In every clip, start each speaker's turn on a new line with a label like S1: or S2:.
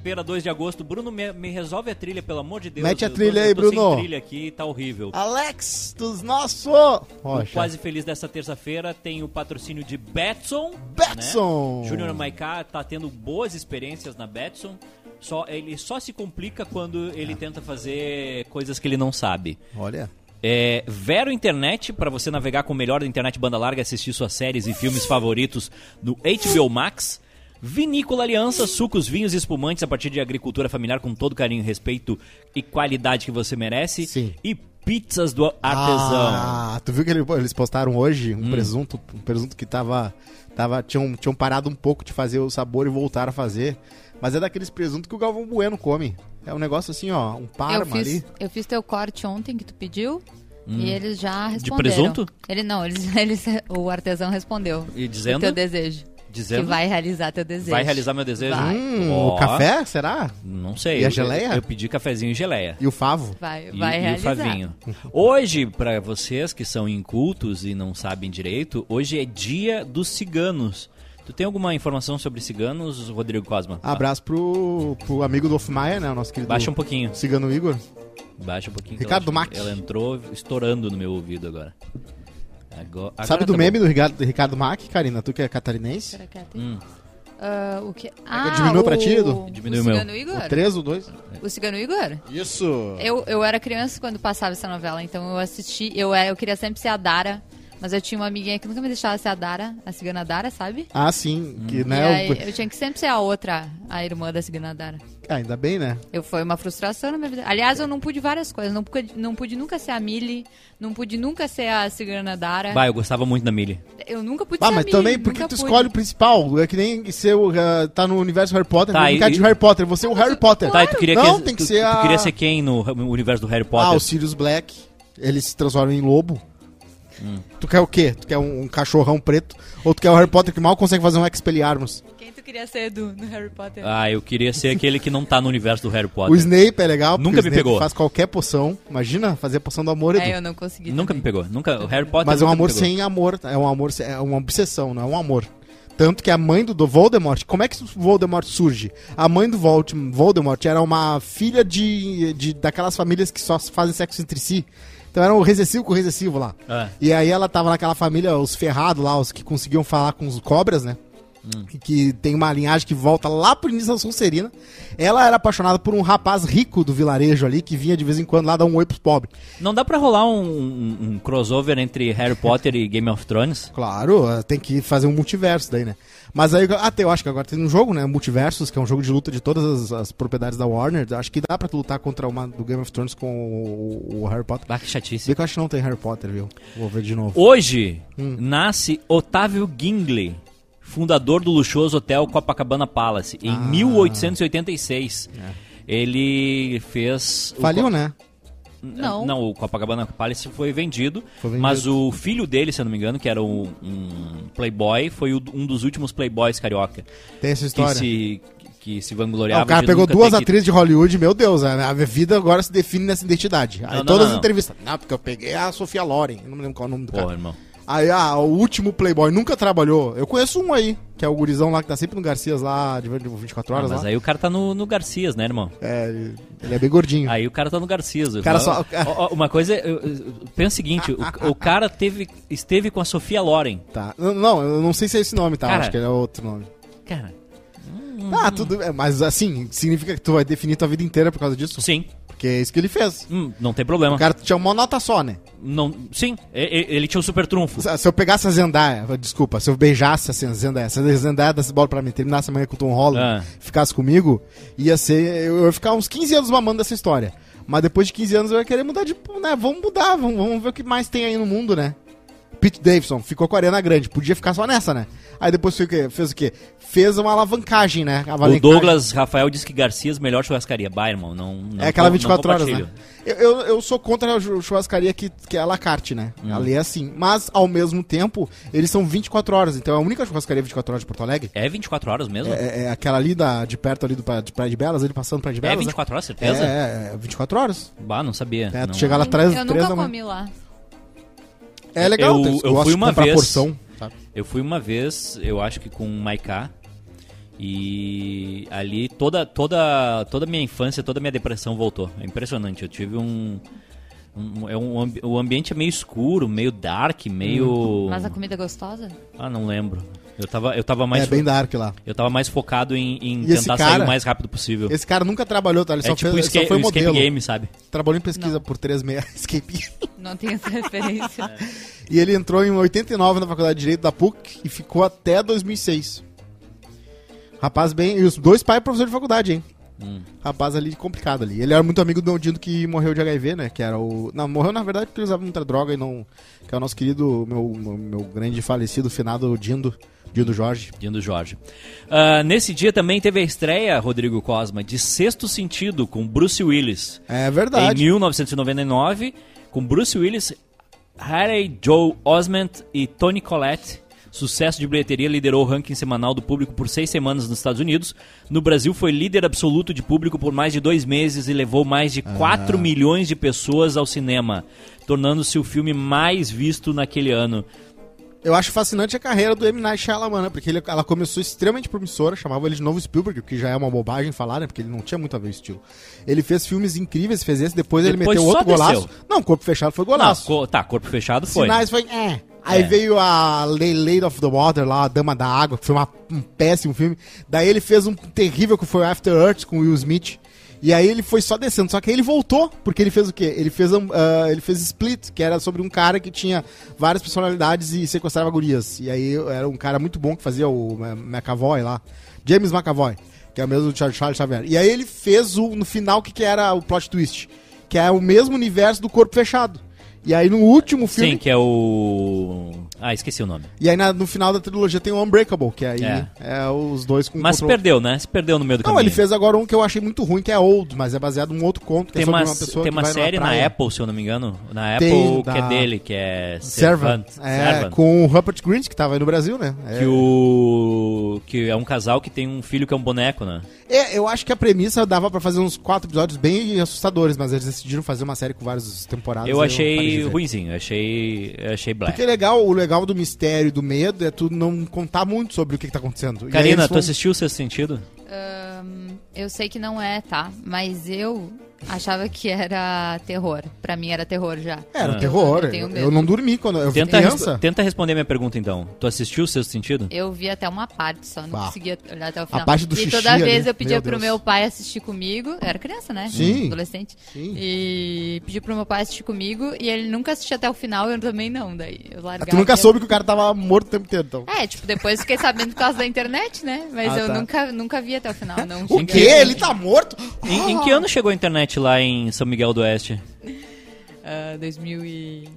S1: Sexta-feira, 2 de agosto. Bruno, me, me resolve a trilha, pelo amor de Deus.
S2: Mete a
S1: Eu tô-
S2: trilha
S1: eu
S2: aí,
S1: tô
S2: Bruno.
S1: Sem trilha aqui, tá horrível.
S2: Alex dos nossos!
S1: O
S2: Rocha.
S1: Quase Feliz dessa terça-feira tem o patrocínio de Betson.
S2: Betson!
S1: Né? Júnior Maiká tá tendo boas experiências na Betson. Só, ele só se complica quando ele tenta fazer coisas que ele não sabe.
S2: Olha.
S1: É, Vero Internet, para você navegar com o melhor da internet banda larga, assistir suas séries e filmes favoritos no HBO Max. Vinícola Aliança, sucos, vinhos e espumantes a partir de agricultura familiar com todo carinho, respeito e qualidade que você merece.
S2: Sim.
S1: E pizzas do artesão. Hum.
S2: Ah, tu viu que ele- eles postaram hoje um presunto, um presunto que tava. tava tinham, tinham parado um pouco de fazer o sabor e voltaram a fazer. Mas é daqueles presuntos que o Galvão Bueno come. É um negócio assim, ó, um
S3: Eu
S2: parma
S3: fiz,
S2: ali.
S3: eu fiz teu corte ontem que tu pediu e eles já responderam.
S1: Hum. presunto?
S3: Ele não, eles, eles, o artesão respondeu.
S1: E
S3: O
S1: dizendo,
S3: teu desejo.
S1: dizendo
S3: Então, Que vai realizar teu desejo.
S1: vai realizar meu desejo.
S3: Vai.
S2: Hum,
S1: Ó,
S2: o café, será?
S1: Não sei.
S2: E a
S1: eu-
S2: geleia?
S1: Eu, pedi cafezinho e geleia.
S2: E o favo?
S3: Vai,
S1: E-
S3: vai
S1: e, o
S3: realizar.
S1: Favinho. Hoje, pra vocês que são incultos e não sabem direito, hoje é dia dos ciganos. Tu tem alguma informação sobre ciganos, Rodrigo Cosma?
S2: Abraço pro, pro amigo do Off-Maia, né? O nosso querido
S1: Baixa um pouquinho.
S2: cigano Igor.
S1: Baixa um pouquinho. que
S2: Ricardo
S1: eu acho
S2: Max.
S1: que Ela entrou estourando no meu ouvido agora. Ago- agora
S2: Sabe do
S1: tá
S2: meme
S1: bom.
S2: do Ricardo, do Ricardo Mac, Karina? Tu que é catarinense?
S3: Será que é?
S1: Hum.
S3: Ah, o que? Ah,
S2: É diminuiu
S3: o...
S2: pra ti, Edu?
S1: Diminuiu
S3: o
S1: meu.
S3: Cigano Igor?
S2: O 3 ou 2?
S3: O Cigano Igor?
S2: Isso!
S3: Eu, eu era criança quando passava essa novela, então eu assisti, eu, era- eu queria sempre ser a Dara, mas eu tinha uma amiguinha que nunca me deixava ser a Dara, a cigana Dara, sabe?
S2: Ah, sim. Que,
S3: Hum. e
S2: né,
S3: aí,
S2: o-
S3: eu tinha que sempre ser a outra, a irmã da cigana Dara.
S2: Ah, ainda bem, né?
S3: Eu foi uma frustração na minha vida. Aliás, eu não pude várias coisas, não pude, não pude nunca ser a Millie, não pude nunca ser a cigana Dara.
S1: Bah, eu gostava muito da Millie.
S3: Eu nunca pude
S2: Ah,
S3: ser a
S2: mas
S3: Millie.
S2: também, por que
S3: nunca
S2: tu
S3: pude.
S2: escolhe o principal? É que nem ser o, ah, tá no universo Harry Potter,
S1: Tá,
S2: tá, brincar
S1: e-
S2: de Harry Potter, você é o Harry Potter.
S1: Tá, e tu queria
S2: Não,
S1: que,
S2: tem que
S1: tu-
S2: ser
S1: tu
S2: a-
S1: queria ser quem no no universo do Harry
S2: Ah,
S1: Potter?
S2: o Sirius Black, ele se transforma em lobo.
S1: Hum.
S2: Tu quer o quê? Tu quer um, um cachorrão preto? Ou tu quer o Harry Potter que mal consegue fazer um Expelliarmus?
S3: Quem tu queria ser do, no Harry Potter?
S1: Ah, eu queria ser aquele que não tá no universo do Harry
S2: O
S1: Potter.
S2: Snape é legal, porque
S1: Nunca
S2: o
S1: me
S2: Snape
S1: pegou.
S2: faz qualquer poção. Imagina, fazer a poção do amor, Edu.
S3: é, eu não consegui.
S1: Nunca me
S3: também.
S1: pegou. Nunca, o Harry Potter
S2: Mas é um
S1: nunca me
S2: amor
S1: pegou.
S2: sem amor, é um amor, sem- é uma obsessão, não é um amor. Tanto que a mãe do, do Voldemort, como é que o Voldemort surge? A mãe do Volt, Voldemort era uma filha de, de daquelas famílias que só fazem sexo entre si. Então era um recessivo com recessivo lá.
S1: Ah.
S2: E aí ela tava naquela família, os ferrados lá, os que conseguiam falar com os cobras, né? E Que tem uma linhagem que volta lá pro início da Sonserina. Ela era apaixonada por um rapaz rico do vilarejo ali, que vinha de vez em quando lá dar um oi pros pobres.
S1: Não dá pra rolar um, um- um crossover entre Harry Potter e Game of Thrones?
S2: Claro, tem que fazer um multiverso daí, né? Mas aí, até eu acho que agora tem um jogo, né? Multiversos, que é um jogo de luta de todas as, as propriedades da Warner. Acho que dá pra tu lutar contra uma do Game of Thrones com o, o Harry Potter.
S1: Bah, que chatice.
S2: Vê que eu acho que não tem Harry Potter, viu? Vou ver de novo.
S1: Hoje
S2: Hum.
S1: nasce Otávio Gingley, fundador do luxuoso hotel Copacabana Palace, em
S2: Ah.
S1: 1886. Ele fez. o
S2: É. Faliu, né?
S3: Não.
S1: Não, o Copacabana Palace foi vendido,
S2: Foi vendido.
S1: mas o filho dele, se eu não me engano, que era um, um playboy, foi o- um dos últimos playboys carioca.
S2: Tem essa
S1: Que
S2: história.
S1: se, que se
S2: Ah,
S1: vangloriava
S2: o cara
S1: de
S2: pegou
S1: nunca
S2: duas
S1: ter que-
S2: atrizes de Hollywood, meu Deus, a a minha vida agora se define nessa identidade. Aí
S1: Não, não,
S2: todas
S1: não,
S2: as
S1: não.
S2: entrevistas. Ah, porque eu peguei a Sofia Loren, eu não me lembro qual é o nome do cara.
S1: Pô, irmão.
S2: Aí, ah, o último Playboy nunca trabalhou. Eu conheço um aí, que é o gurizão lá que tá sempre no Garcias lá, de 24
S1: Ah,
S2: horas
S1: mas
S2: lá.
S1: aí o cara tá no, no Garcias, né, irmão?
S2: É, ele ele é bem gordinho.
S1: Aí o cara tá no Garcias.
S2: cara só-
S1: Ó, ó, Uma coisa, eu- eu- pensa o seguinte, o, o cara teve, esteve com a Sofia Loren.
S2: Tá. N- Não, eu não sei se é esse nome, tá?
S1: Cara.
S2: Acho que é outro nome.
S1: Cara,
S2: Ah, tudo bem. Mas assim, significa que tu vai definir tua vida inteira por causa disso?
S1: sim,
S2: Porque é isso que ele fez.
S1: hum, não tem problema.
S2: O cara tinha uma nota só, né?
S1: Não, sim, e- e- ele tinha um super trunfo.
S2: Se se eu pegasse a Zendaya, desculpa, se eu beijasse assim, a Zen- Zendaya, se a Zendaya desse bola pra mim, terminasse amanhã com o Tom Holland,
S1: Ah.
S2: ficasse comigo, ia ser. Eu ia ficar uns 15 anos mamando dessa história. Mas depois de 15 anos eu ia querer mudar de. né? Vamos mudar, vamos, vamos ver o que mais tem aí no mundo, né? Pete Davidson ficou com a Arena Grande, podia ficar só nessa, né? Aí depois fez o quê? Fez, o quê? fez uma alavancagem, né? A
S1: O
S2: alavancagem-
S1: Douglas Rafael disse que Garcias melhor churrascaria. Bah, irmão, não, não
S2: É aquela
S1: co- não
S2: 24 horas,
S1: compartilho.
S2: né? Eu, eu, eu sou contra a chu- churrascaria que, que é à la carte, né?
S1: Uhum.
S2: Ali é assim. Mas, ao mesmo tempo, eles são 24 horas. Então, a única churrascaria 24 horas de Porto Alegre
S1: É 24 horas mesmo? É,
S2: é, é aquela ali da, de perto ali do, pra- de Praia de Belas, ele passando Praia de Belas. né?
S1: 24 horas,
S2: É,
S1: certeza?
S2: é, é 24 horas.
S1: Bah, não sabia.
S2: É,
S1: não.
S2: tu chegar lá atrás,
S3: Eu
S2: três
S3: nunca
S2: da manhã.
S3: comi lá.
S2: É legal,
S1: Eu-
S2: tem-
S1: eu
S2: gosto
S1: fui
S2: de
S1: uma
S2: comprar É
S1: vez.
S2: porção. sabe?
S1: Eu fui uma vez, eu acho que com o Maiká. E ali toda toda toda a minha infância, toda a minha depressão voltou. É impressionante. Eu tive um um- é um, ambi- o ambiente é meio escuro, meio dark, meio
S3: Mas a comida é gostosa?
S1: Ah, não lembro. Eu tava eu tava mais
S2: É bem dark lá.
S1: eu tava mais focado em, em
S2: E esse
S1: tentar
S2: cara-
S1: sair o mais rápido possível.
S2: Esse cara nunca trabalhou, tá? Ele
S1: é
S2: só,
S1: tipo
S2: fez,
S1: o
S2: só
S1: escape,
S2: foi
S1: o escape
S2: modelo.
S1: game, sabe?
S2: Trabalhou em pesquisa por três meses. Escape.
S3: Não tem essa referência.
S2: E ele entrou em 89 na Faculdade de Direito da PUC e ficou até 2006. Rapaz bem... E os dois pais professor de faculdade, hein? Rapaz ali complicado ali. Ele era muito amigo do Dino que morreu de HIV, né? Que era o... Não, morreu na verdade porque ele usava muita droga e não... Que é o nosso querido, meu, meu, meu grande falecido, finado Dindo, Dindo Jorge.
S1: Dia do Jorge. Ah, nesse dia também teve a estreia, Rodrigo Cosma, de Sexto Sentido com Bruce Willis.
S2: É verdade.
S1: Em 1999, com Bruce Willis, Harry Joe Osment e Tony Collette. Sucesso de bilheteria liderou o ranking semanal do público por seis semanas nos Estados Unidos. No Brasil, foi líder absoluto de público por mais de dois meses e levou mais de 4
S2: Ah.
S1: milhões de pessoas ao cinema, tornando-se o filme mais visto naquele ano.
S2: Eu acho fascinante a carreira do M. Night Shyamalan, né? porque ele- ela começou extremamente promissora, chamava ele de novo Spielberg, o que já é uma bobagem falar, né? Porque ele não tinha muito a ver o estilo. Ele fez filmes incríveis, fez esse, depois, ele
S1: Depois
S2: meteu
S1: só
S2: outro
S1: desceu.
S2: golaço. Não, Corpo Fechado foi
S1: Não,
S2: golaço.
S1: co- tá, corpo fechado foi.
S2: Sinais foi... É. Aí
S1: É.
S2: veio a Lay- Lady of the Water lá, a Dama da Água, que foi uma- um péssimo filme. Daí ele fez um terrível que foi After Earth com Will Smith. E aí ele foi só descendo, só que aí ele voltou, porque ele fez o quê? Ele fez, um, ah, ele fez Split, que era sobre um cara que tinha várias personalidades e sequestrava gurias. E aí era um cara muito bom que fazia o eh, McAvoy lá, James McAvoy, que é o mesmo do Charles Charles Xavier. E aí ele fez o, no final, o que, que era o plot twist? Que é o mesmo universo do Corpo Fechado. E aí no último filme...
S1: Sim, que é o. Ah, esqueci o nome.
S2: E aí na- no final da trilogia tem o Unbreakable, que aí é,
S1: É.
S2: os dois com
S1: Mas se
S2: controle.
S1: perdeu, né? Se perdeu no meio do
S2: Não,
S1: caminho.
S2: ele fez agora um que eu achei muito ruim, que é Old, mas é baseado num outro conto, que
S1: Tem
S2: é sobre
S1: uma,
S2: uma
S1: tem
S2: pessoa que
S1: uma
S2: vai numa
S1: série na
S2: praia.
S1: Apple, se eu não me engano. Na Apple,
S2: Tem,
S1: que é
S2: da-
S1: dele, que é
S2: Servant.
S1: Servant.
S2: É,
S1: Servant.
S2: com o Rupert Grint, que tava aí no Brasil, né? É.
S1: Que, o... que é um casal que tem um filho que é um boneco, né?
S2: É, eu acho que a premissa dava pra fazer uns quatro episódios bem assustadores, mas eles decidiram fazer uma série com várias temporadas. aí
S1: eu
S2: Ah, parei de
S1: achei
S2: ver.
S1: ruimzinho, eu achei, eu achei black.
S2: Porque é legal, o legal do mistério e do medo é tu não contar muito sobre o que, que tá acontecendo. E aí
S1: Karina,
S2: eles
S1: tu
S2: vão-
S1: assistiu o seu sentido?
S3: Ahn, eu sei que não é, tá? Mas eu achava que era terror. Pra mim era terror já.
S2: Era um
S1: Ah.
S2: terror.
S3: Eu tenho
S2: Eu,
S3: medo.
S2: eu não dormi quando eu
S1: Tenta,
S2: criança.
S1: respo- tenta responder minha pergunta então. Tu assistiu o seu sentido?
S3: Eu vi até uma parte só, não
S2: Bah.
S3: conseguia olhar até o final.
S2: parte do
S3: e
S2: xixi
S3: toda
S2: ali,
S3: vez eu
S2: meu
S3: pedia pro
S2: Deus.
S3: meu pai assistir comigo. Eu era criança, né?
S2: Sim.
S3: Adolescente.
S2: Sim.
S3: E pedi pro meu pai assistir comigo e ele nunca assistia até o final, eu também não. Daí eu largava.
S2: Ah, Tu nunca
S3: eu-
S2: soube que o cara tava morto o tempo inteiro, então.
S3: É, tipo, depois fiquei sabendo por causa da internet, né? Mas
S2: Ah,
S3: eu
S2: tá.
S3: nunca, nunca vi até o final. Não
S2: O
S3: cheguei.
S2: quê? Ele tá morto? Ah.
S1: Em, em que ano chegou a internet lá em São Miguel do Oeste?
S3: Ah, 2010?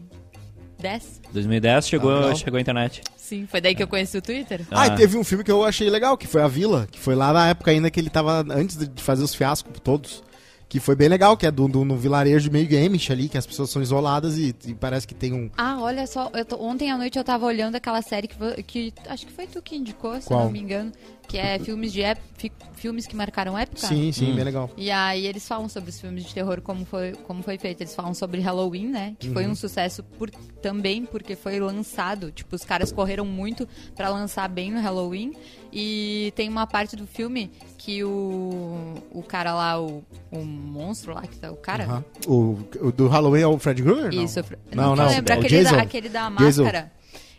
S1: 2010
S2: Ah,
S1: chegou,
S2: legal.
S1: chegou a internet.
S3: Sim, foi daí que eu conheci o Twitter.
S2: Ah,
S1: Ah.
S2: e teve um filme que eu achei legal, que foi A Vila, que foi lá na época ainda que ele tava antes de fazer os fiascos todos. Que foi bem legal, que é do, do, no vilarejo de meio Amish ali, que as pessoas são isoladas e, e parece que tem um.
S3: Ah, olha só, eu tô- ontem à noite eu tava olhando aquela série que, vo- que acho que foi tu que indicou, se eu
S2: Qual?
S3: não me engano, que é filmes de ép- fi- filmes que marcaram época.
S2: Sim, sim,
S1: Hum.
S2: bem legal.
S3: E aí eles falam sobre os filmes de terror como foi como foi feito, eles falam sobre Halloween, né? Que
S2: Uhum.
S3: foi um sucesso por também porque foi lançado, tipo os caras correram muito pra lançar bem no Halloween e tem uma parte do filme que o o cara lá o, o monstro lá que tá o cara
S2: Aham. O, o do Halloween é o Fred Krueger? não?
S3: isso, Fre-
S2: Não,
S3: não,
S2: não,
S3: lembro.
S2: é o
S3: Aquele
S2: Jason.
S3: da, aquele da
S2: Jason.
S3: máscara.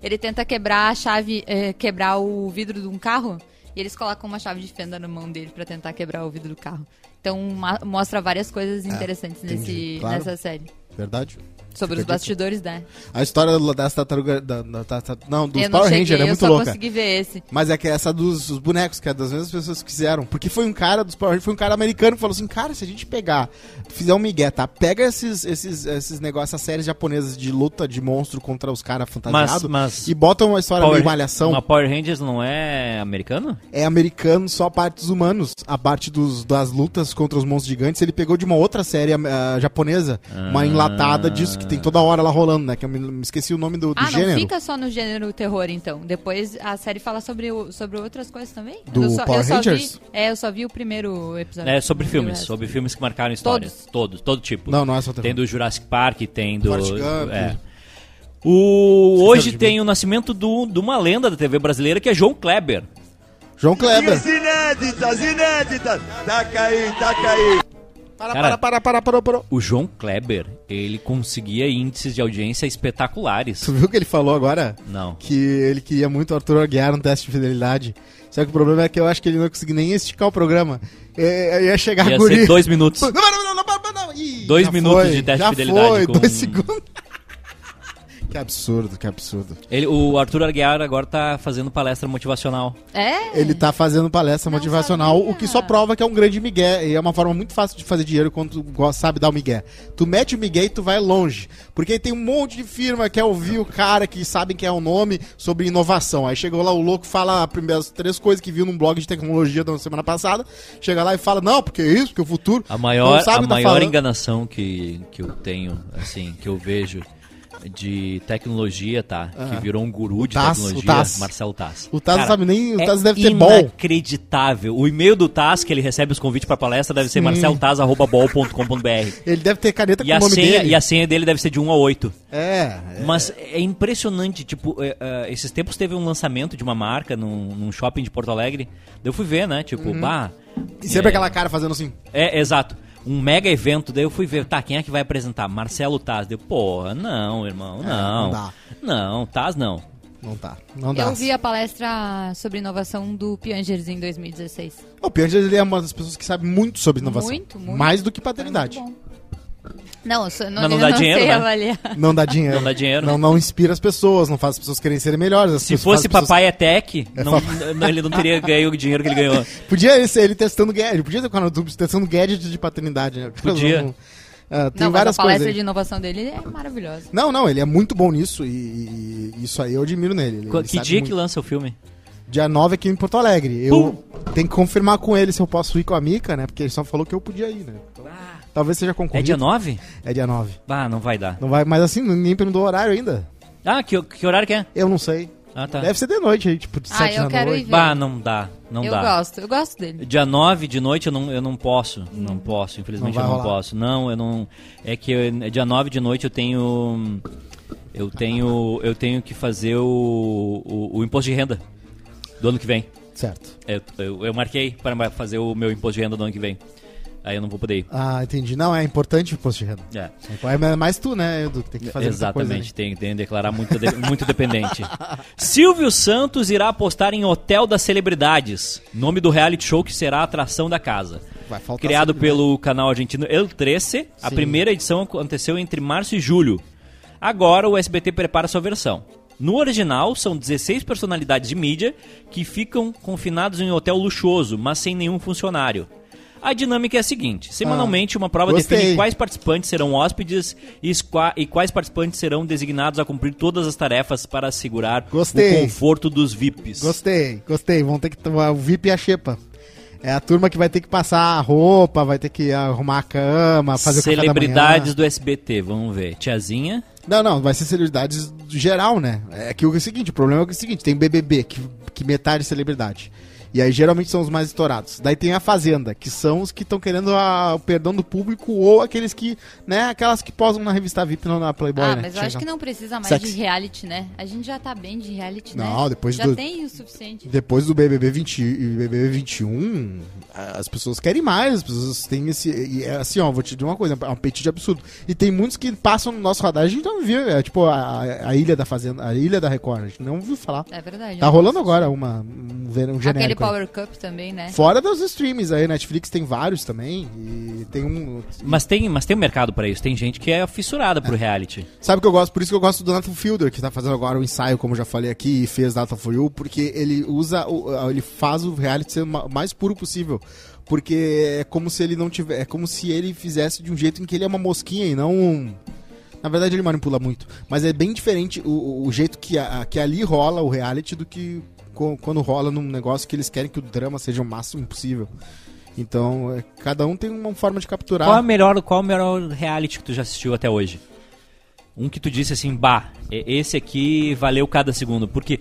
S3: Ele tenta quebrar a chave, eh, quebrar o vidro de um carro. E eles colocam uma chave de fenda na mão dele pra tentar quebrar o vidro do carro. Então ma- mostra várias coisas interessantes
S2: Ah, entendi.
S3: nesse,
S2: Claro.
S3: nessa série.
S2: Verdade?
S3: Sobre
S2: Fica
S3: os
S2: aqui.
S3: bastidores, né?
S2: A história do- das tartarugas. Da, da, tarta- não, dos
S3: eu não
S2: Power
S3: cheguei,
S2: Rangers é
S3: eu
S2: muito
S3: só
S2: louca.
S3: consegui ver esse.
S2: Mas é que essa dos dos bonecos, que é das mesmas pessoas que fizeram. Porque foi um cara dos Power Rangers, foi um cara americano que falou assim, cara, se a gente pegar, fizer um migué, tá? Pega esses, esses, esses negócios, essas séries japonesas de luta de monstro contra os caras fantasiados
S1: mas-
S2: Tá e botam uma história meio malhação.
S1: Uma Power Rangers não é americano?
S2: É americano só a parte dos humanos. A parte dos, das lutas contra os monstros gigantes, ele pegou de uma outra série ah, japonesa.
S1: Ah.
S2: Uma enlatada disso que tem toda hora lá rolando, né? Que eu me, me esqueci o nome do, do
S3: Ah, não
S2: gênero.
S3: fica só no gênero terror, então. Depois a série fala sobre, o- sobre outras coisas também.
S2: Do
S3: eu só,
S2: Power
S3: eu só
S2: Rangers?
S3: Vi, é, eu só vi o primeiro episódio.
S1: É sobre
S3: Não vi o
S1: filmes,
S3: resto.
S1: sobre filmes que marcaram história.
S3: Todos?
S1: Todos, todo tipo.
S2: Não, não é só terror.
S1: Tem do Jurassic Park, tem do.
S2: Forrest Gump.
S1: é. O,
S2: Esqueceram de
S1: hoje
S2: mim.
S1: tem o nascimento do- de uma lenda da TV brasileira que é João Kleber.
S2: João Kleber.
S4: Dicas inéditas, inéditas. Tá Taca aí, taca aí.
S2: Para,
S1: Cara.
S2: para, para, para, para, para.
S1: O João Kleber, ele conseguia índices de audiência espetaculares.
S2: Tu viu o que ele falou agora?
S1: Não.
S2: Que ele queria muito o Arthur Aguiar no teste de fidelidade. Só que o problema é que eu acho que ele não ia conseguir nem esticar o programa. É, é, ia chegar a
S1: Ia
S2: guri.
S1: ser dois minutos.
S2: Não, não, não, não, não, não, não. Ih,
S1: Dois
S2: já
S1: minutos
S2: foi,
S1: de teste
S2: já
S1: de fidelidade
S2: Foi,
S1: com-
S2: dois segundos. que absurdo, que absurdo.
S1: Ele, o Arthur Aguiar agora tá fazendo palestra motivacional.
S3: É?
S2: Ele tá fazendo palestra
S3: Não
S2: motivacional,
S3: sabia.
S2: o que só prova que é um grande migué. E é uma forma muito fácil de fazer dinheiro quando tu go- sabe dar o migué. Tu mete o migué e tu vai longe. Porque aí tem um monte de firma que quer ouvir o cara que sabe quem é o nome sobre inovação. Aí chegou lá o louco, fala as primeiras três coisas que viu num blog de tecnologia da semana passada. Chega lá e fala, não, porque é isso, porque é o futuro...
S1: A maior,
S2: Não sabe o
S1: a
S2: que tá
S1: maior
S2: falando.
S1: enganação que, que eu tenho, assim, que eu vejo de tecnologia, tá? Que virou um guru de
S2: Taz, Ah. o
S1: tecnologia,
S2: Taz.
S1: Marcelo Taz. é
S2: O Taz não sabe nem... O Taz deve ter bom.
S1: inacreditável. O e-mail do Taz, que ele recebe os convites pra palestra, deve ser marceltaz.bol.com.br.
S2: Ele deve ter caneta
S1: E
S2: com o
S1: a,
S2: nome
S1: senha,
S2: dele.
S1: e a senha dele deve ser de 1 a 8.
S2: É,
S1: Mas é impressionante, tipo, é, é, esses tempos teve um lançamento de uma marca num, num shopping de Porto Alegre. Daí Eu fui ver, né? Tipo, bah.
S2: Uhum. E sempre
S1: é,
S2: aquela cara fazendo assim.
S1: É, exato. Um mega evento, daí eu fui ver, tá, quem é que vai apresentar? Marcelo Taz. Deu, porra, não, irmão, não.
S2: É, não dá.
S1: não, Taz não.
S2: Não tá. Não dá.
S3: Eu vi a palestra sobre inovação do Piangers em 2016.
S2: O Piangers ele é uma das pessoas que sabe muito sobre inovação.
S3: Muito, muito.
S2: Mais do que
S3: Foi
S2: paternidade.
S3: muito bom. Não, eu só- não,
S1: Mas não
S3: eu
S1: dá
S3: não
S1: dinheiro,
S3: sei
S1: né?
S3: avaliar.
S2: Não dá dinheiro.
S1: Não dá dinheiro. né?
S2: Não, não inspira as pessoas, não faz as pessoas querem serem melhores. as
S1: Se
S2: pessoas-
S1: fosse
S2: faz as pessoas-
S1: Papai é Tech, não, não- ele não teria ganho o dinheiro que ele ganhou.
S2: Podia ele ser ele testando gadget. Podia ter o canal do YouTube testando gadget de paternidade, né?
S1: Podia.
S2: Não- Ah, tem
S3: Não, mas a
S2: várias coisas.
S3: palestra de
S2: aí.
S3: inovação dele é maravilhosa.
S2: Não, não, ele é muito bom nisso e, e- e isso aí eu admiro nele. Ele-
S1: Qu-
S2: ele
S1: que
S2: sabe
S1: dia que
S2: muito.
S1: lança o filme? É
S2: Dia 9 aqui em Porto Alegre. Eu tenho que confirmar com ele se eu posso ir com a Mica, né? Porque ele só falou que eu podia ir, né? Então, talvez seja concorrido.
S1: É dia 9?
S2: É dia 9.
S1: Ah, não vai dar.
S2: Não vai, mas assim, ninguém perguntou o horário ainda.
S1: Ah, que, que horário que é?
S2: Eu não sei.
S1: Ah, tá.
S2: Deve ser de noite aí, tipo, de
S3: Ah,
S2: 7
S3: eu
S2: da
S3: quero
S2: noite.
S3: ir
S1: Bah, não dá, não
S3: eu
S1: dá.
S3: gosto, eu gosto dele.
S1: Dia 9 de noite eu não, eu não posso. Não posso, infelizmente
S2: Hum. Não vai
S1: eu não
S2: rolar.
S1: posso. Não, eu não. É que eu- dia 9 de noite eu tenho. Eu tenho. Eu tenho que fazer o, o, o imposto de renda do ano que vem.
S2: Certo.
S1: Eu, eu, eu marquei para fazer o meu imposto de renda do ano que vem. Aí eu não vou poder ir.
S2: Ah, entendi. Não, é importante o imposto de renda.
S1: É.
S2: É mais tu, né, Edu, que tem que fazer muita coisa, né?
S1: Exatamente, tem, tem que declarar muito, de- muito dependente. Silvio Santos irá apostar em Hotel das Celebridades, nome do reality show que será a atração da casa.
S2: Vai faltar
S1: Criado
S2: celebridade.
S1: pelo canal argentino El 13, a
S2: Sim.
S1: primeira edição aconteceu entre março e julho. Agora o SBT prepara sua versão. No original, são 16 personalidades de mídia que ficam confinados em um hotel luxuoso, mas sem nenhum funcionário. A dinâmica é a seguinte:
S2: Ah.
S1: semanalmente, uma prova
S2: gostei.
S1: define quais participantes serão hóspedes e, esqua- e quais participantes serão designados a cumprir todas as tarefas para assegurar
S2: Gostei.
S1: o conforto dos VIPs.
S2: Gostei, gostei. Vão ter que tomar o VIP e a xepa. É a turma que vai ter que passar a roupa, vai ter que arrumar a cama, fazer
S1: Celebridades
S2: o café
S1: do SBT, vamos ver. Tiazinha.
S2: da manhã. Não, não, vai ser celebridades do geral, né? É que o seguinte, o problema é, que é o seguinte, tem BBB, que, que metade é celebridade. E aí geralmente são os mais estourados. Daí tem a Fazenda, que são os que estão querendo a- o perdão do público ou aqueles que, né, aquelas que posam na revista VIP, não na Playboy,
S3: ah,
S2: né?
S3: mas eu
S2: Chega-
S3: acho que não precisa mais
S2: Sexy.
S3: de reality, né? A gente já tá bem de reality, né?
S2: Não, depois
S3: Já
S2: do-
S3: tem o suficiente.
S2: Depois do BBB, 20, e BBB 21, as pessoas querem mais, as pessoas têm esse. E é assim, ó, vou te dizer uma coisa, é um apetite absurdo. E tem muitos que passam no nosso radar, a gente não viu, é tipo a, a Ilha da Fazenda, a Ilha da Record, a gente não ouviu falar.
S3: É verdade.
S2: Tá
S3: né?
S2: rolando agora uma, um, ver- um genérico.
S3: Aquele
S2: aí.
S3: Power Cup também, né?
S2: Fora dos streams aí, Netflix tem vários também, e tem um.
S1: Mas tem, mas tem um mercado pra isso. Tem gente que é fissurada pro reality.
S2: Sabe o que eu gosto? Por isso que eu gosto do Nathan Fielder, que tá fazendo agora o ensaio, como eu já falei aqui, e fez Data for You, porque ele usa, o- ele faz o reality ser o ma- mais puro possível. Porque é como se ele não tiver, é como se ele fizesse de um jeito em que ele é uma mosquinha e não um... Na verdade ele manipula muito, mas é bem diferente o, o jeito que, a- que ali rola o reality do que co- quando rola num negócio que eles querem que o drama seja o máximo possível. Então, é, cada um tem uma forma de capturar.
S1: Qual é o melhor, qual é o melhor reality que tu já assistiu até hoje? Um que tu disse assim, bah, e- esse aqui valeu cada segundo. Porque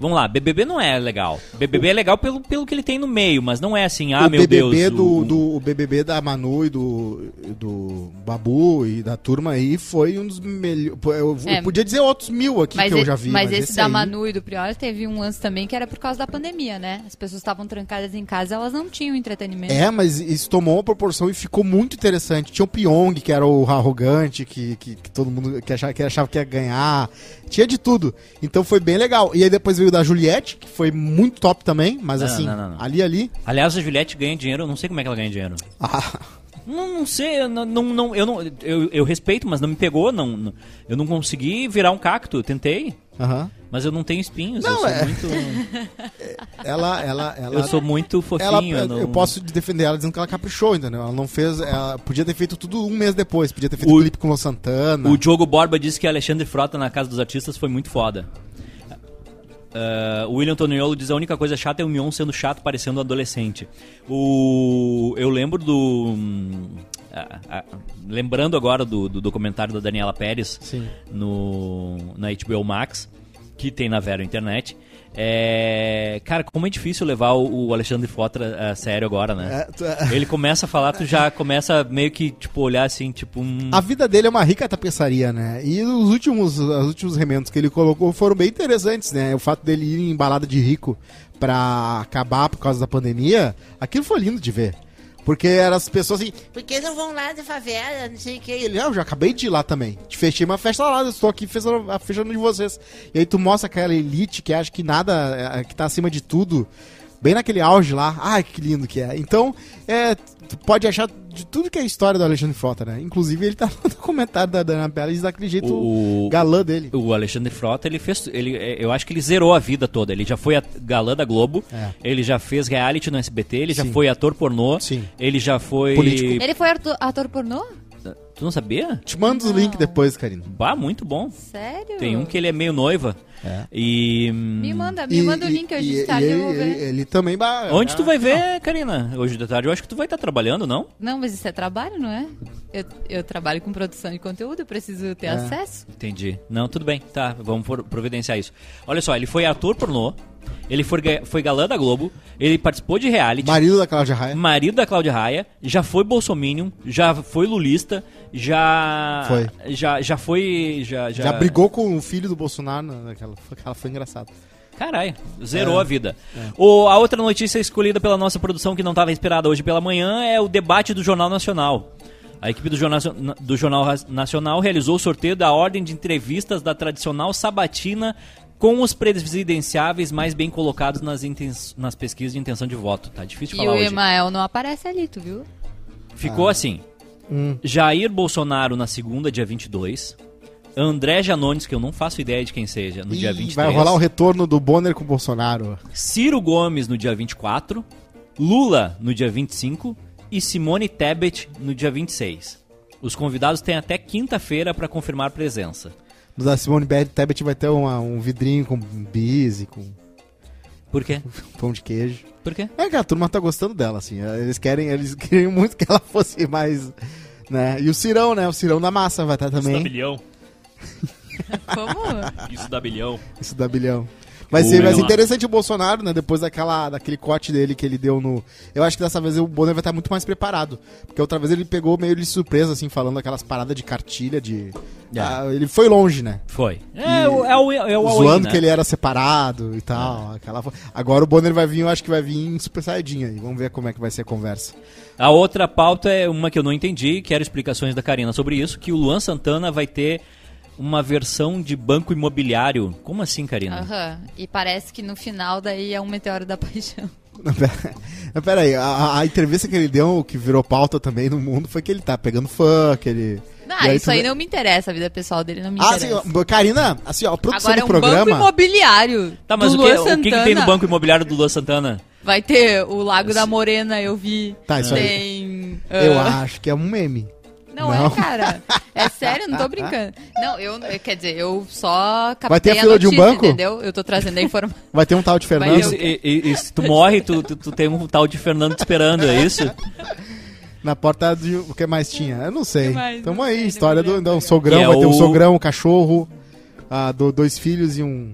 S1: Vamos lá, BBB não é legal. BBB é legal pelo, pelo que ele tem no meio, mas não é assim, ah,
S2: o
S1: meu
S2: BBB
S1: Deus.
S2: do,
S1: o-
S2: do- o BBB da Manu e do, e do Babu e da turma aí foi um dos melhores. Eu, eu
S3: É.
S2: podia dizer outros mil aqui que eu
S3: e-
S2: já vi.
S3: mas esse, da
S2: aí-
S3: Manu e do Prior teve um lance também que era por causa da pandemia, né? As pessoas estavam trancadas em casa, elas não tinham entretenimento.
S2: É, mas isso tomou uma proporção e ficou muito interessante. Tinha o Pyong, que era o arrogante, que, que, que todo mundo que achava, que achava que ia ganhar. Tinha de tudo. Então foi bem legal. E aí depois veio o da Juliette, que foi muito top também, mas
S1: Não,
S2: assim,
S1: não, não, não.
S2: ali, ali.
S1: Aliás, a Juliette ganha dinheiro, eu não sei como é que ela ganha dinheiro.
S2: Ah,
S1: Não, não sei, eu não, não, não- eu, não eu, eu respeito, mas não me pegou, não, não- eu não consegui virar um cacto, eu tentei,
S2: aham.
S1: mas eu não tenho espinhos, eu
S2: Não,
S1: sou
S2: é-
S1: muito
S2: Ela, ela, ela.
S1: eu sou muito
S2: ela,
S1: fofinho, não-
S2: Eu posso defender ela dizendo que ela caprichou, entendeu? Ela não fez. Ela podia ter feito tudo um mês depois. Podia ter feito
S1: O-
S2: o clipe com o Luan Santana.
S1: O Diogo Borba disse que Alexandre Frota na Casa dos Artistas foi muito foda. Ah, o William Toniolo diz a única coisa chata é o Mion sendo chato, parecendo um adolescente. O... Eu lembro do... hum, ah, ah, lembrando agora do, do documentário da Daniela Pérez
S2: Sim.
S1: no, na HBO Max, que tem na Vero Internet. É, cara, como é difícil levar o, o Alexandre Frota a sério agora, né?
S2: É, tu- é.
S1: Ele começa a falar, tu já começa meio que, tipo, olhar assim, tipo... hum,
S2: A vida dele é uma rica tapeçaria, né? E os últimos, os últimos remendos que ele colocou foram bem interessantes, né? O fato dele ir em balada de rico pra acabar por causa da pandemia, aquilo foi lindo de ver. Porque eram as pessoas assim,
S5: Porque não vão lá da favela, não sei o que.
S2: ele, ah, eu já acabei de ir lá também. Te fechei uma festa lá, eu estou aqui fechando, a- fechando de vocês. E aí tu mostra aquela elite que acha que nada, é, que tá acima de tudo, bem naquele auge lá. Ai, que lindo que é. Então, é, tu pode achar de tudo que é história do Alexandre Frota, né? Inclusive, ele tá no documentário da Dana Pérez daquele jeito
S1: O-
S2: galã dele.
S1: O Alexandre Frota, ele fez. Ele, é, eu acho que ele zerou a vida toda. Ele já foi at- galã da Globo,
S2: É.
S1: ele já fez reality no SBT, ele já
S2: Sim.
S1: foi ator pornô,
S2: Sim.
S1: ele já foi. Ah,
S2: Político.
S3: Ele foi ator, ator pornô?
S1: Tu não sabia?
S2: Te mando
S3: Ah.
S2: os links depois, Karina.
S1: Bah, muito bom.
S3: Sério?
S1: Tem um que ele é meio noiva.
S2: É.
S1: E.
S3: Me
S1: hum,
S3: manda, me
S2: E-
S3: manda o
S2: e-
S3: link
S2: e-
S3: hoje de
S2: e
S3: tarde, tá eu vou
S2: ele, ele,
S3: ver.
S2: ele também... é ba-
S1: Onde tu vai ver, Karina? Hoje de tarde eu acho que tu vai estar trabalhando, não?
S3: Não, mas isso é trabalho, não é? Eu, eu trabalho com produção de conteúdo, eu preciso
S2: É.
S3: ter acesso.
S1: Entendi. Não, tudo bem. Tá, vamos por- providenciar isso. Olha só, ele foi ator pornô, ele foi, ga- foi galã da Globo, ele participou de reality.
S2: Marido da Cláudia Raia.
S1: marido da Cláudia Raia, já foi bolsominion, já foi lulista, já
S2: Foi.
S1: já já foi já já,
S2: Já brigou com o filho do Bolsonaro naquela... Ela foi engraçada.
S1: Caralho,
S2: É,
S1: zerou a vida. O, a outra notícia escolhida pela nossa produção que não estava esperada hoje pela manhã é o debate do Jornal Nacional. A equipe do Jornal, do Jornal Ra- Nacional realizou o sorteio da ordem de entrevistas da tradicional sabatina com os presidenciáveis mais bem colocados nas, inten- nas pesquisas de intenção de voto. Tá difícil de
S3: E
S1: falar
S3: o
S1: hoje.
S3: Emael não aparece ali, tu viu?
S2: Ah.
S1: Ficou assim.
S2: Hum.
S1: Jair Bolsonaro na segunda, dia 22. André Janones, que eu não faço ideia de quem seja, no dia
S2: Ih,
S1: 23.
S2: Vai rolar um o retorno do Bonner com o Bolsonaro.
S1: Ciro Gomes no dia 24. Lula no dia 25. E Simone Tebet no dia 26. Os convidados têm até quinta-feira para confirmar presença.
S2: No da Simone Bad Tebet vai ter uma- um vidrinho com bis e com
S1: Por quê?
S2: pão de queijo.
S1: Por quê?
S2: É que a turma tá gostando dela, assim. Eles querem, eles queriam muito que ela fosse mais. Né? E o Cirão, né? O Cirão da Massa vai estar também.
S1: bilhão.
S3: Como?
S1: Isso dá bilhão.
S2: Isso da bilhão. Vai
S1: Boa,
S2: ser, vai ser
S1: Massa.
S2: interessante o Bolsonaro, né? Depois daquela, daquele corte dele que ele deu no. Eu acho que dessa vez o Bonner vai estar muito mais preparado. Porque outra vez ele pegou meio de surpresa, assim, falando aquelas paradas de cartilha, de.
S1: É.
S2: Ah, ele foi longe, né?
S1: Foi. É, o- é o, é o all-in,
S2: zoando
S1: né?
S2: que ele era separado e tal. Aquela... fo- Agora o Bonner vai vir, eu acho que vai vir em Super Saiyajin aí. Vamos ver como é que vai ser a conversa.
S1: A outra pauta é uma que eu não entendi, quero explicações da Karina sobre isso, que o Luan Santana vai ter uma versão de banco imobiliário. Como assim, Karina?
S3: Aham. E parece que no final daí é um meteoro da paixão.
S2: Não, pera- não, Pera aí, a, a entrevista que ele deu, que virou pauta também no mundo, foi que ele tá pegando fã, que ele.
S3: Não,
S2: E
S3: Ah, isso
S2: tu
S3: aí
S2: vê-
S3: não é um me interessa, a vida pessoal dele não me
S2: Ah, assim,
S3: interessa.
S2: ó, Karina, assim, ó, a produção
S3: né? Agora é
S2: do
S3: um banco
S2: programa.
S3: imobiliário.
S1: Tá, mas
S3: do
S1: o, que,
S3: Luan
S1: o que que tem
S3: Santana.
S1: no banco imobiliário do Luan Santana?
S3: Vai ter o Lago da Morena, eu vi.
S2: Tá, isso aí.
S3: tem,
S2: Eu
S3: ah,
S2: acho que é um meme.
S3: Não,
S2: Não.
S3: é, cara. É sério, não tô brincando. Não, eu, eu- quer dizer, eu só captei
S2: Vai ter a fila de um banco?
S3: entendeu? Eu tô trazendo a informação.
S2: Vai ter um tal de
S3: Vai
S1: E
S2: Fernando
S1: se, e-
S3: ter
S1: e- e se tu morre, tu, tu, tu tem um tal de Fernando te esperando, é isso?
S2: na porta de. O que mais tinha? Eu não sei.
S3: Que mais?
S2: Tamo
S3: Não
S2: aí,
S3: sei,
S2: história do.
S3: não lembro
S2: Não,
S3: agora.
S2: sogrão,
S1: Que é
S2: vai ter um
S1: o-
S2: sogrão, um cachorro, ah, do- dois filhos e um.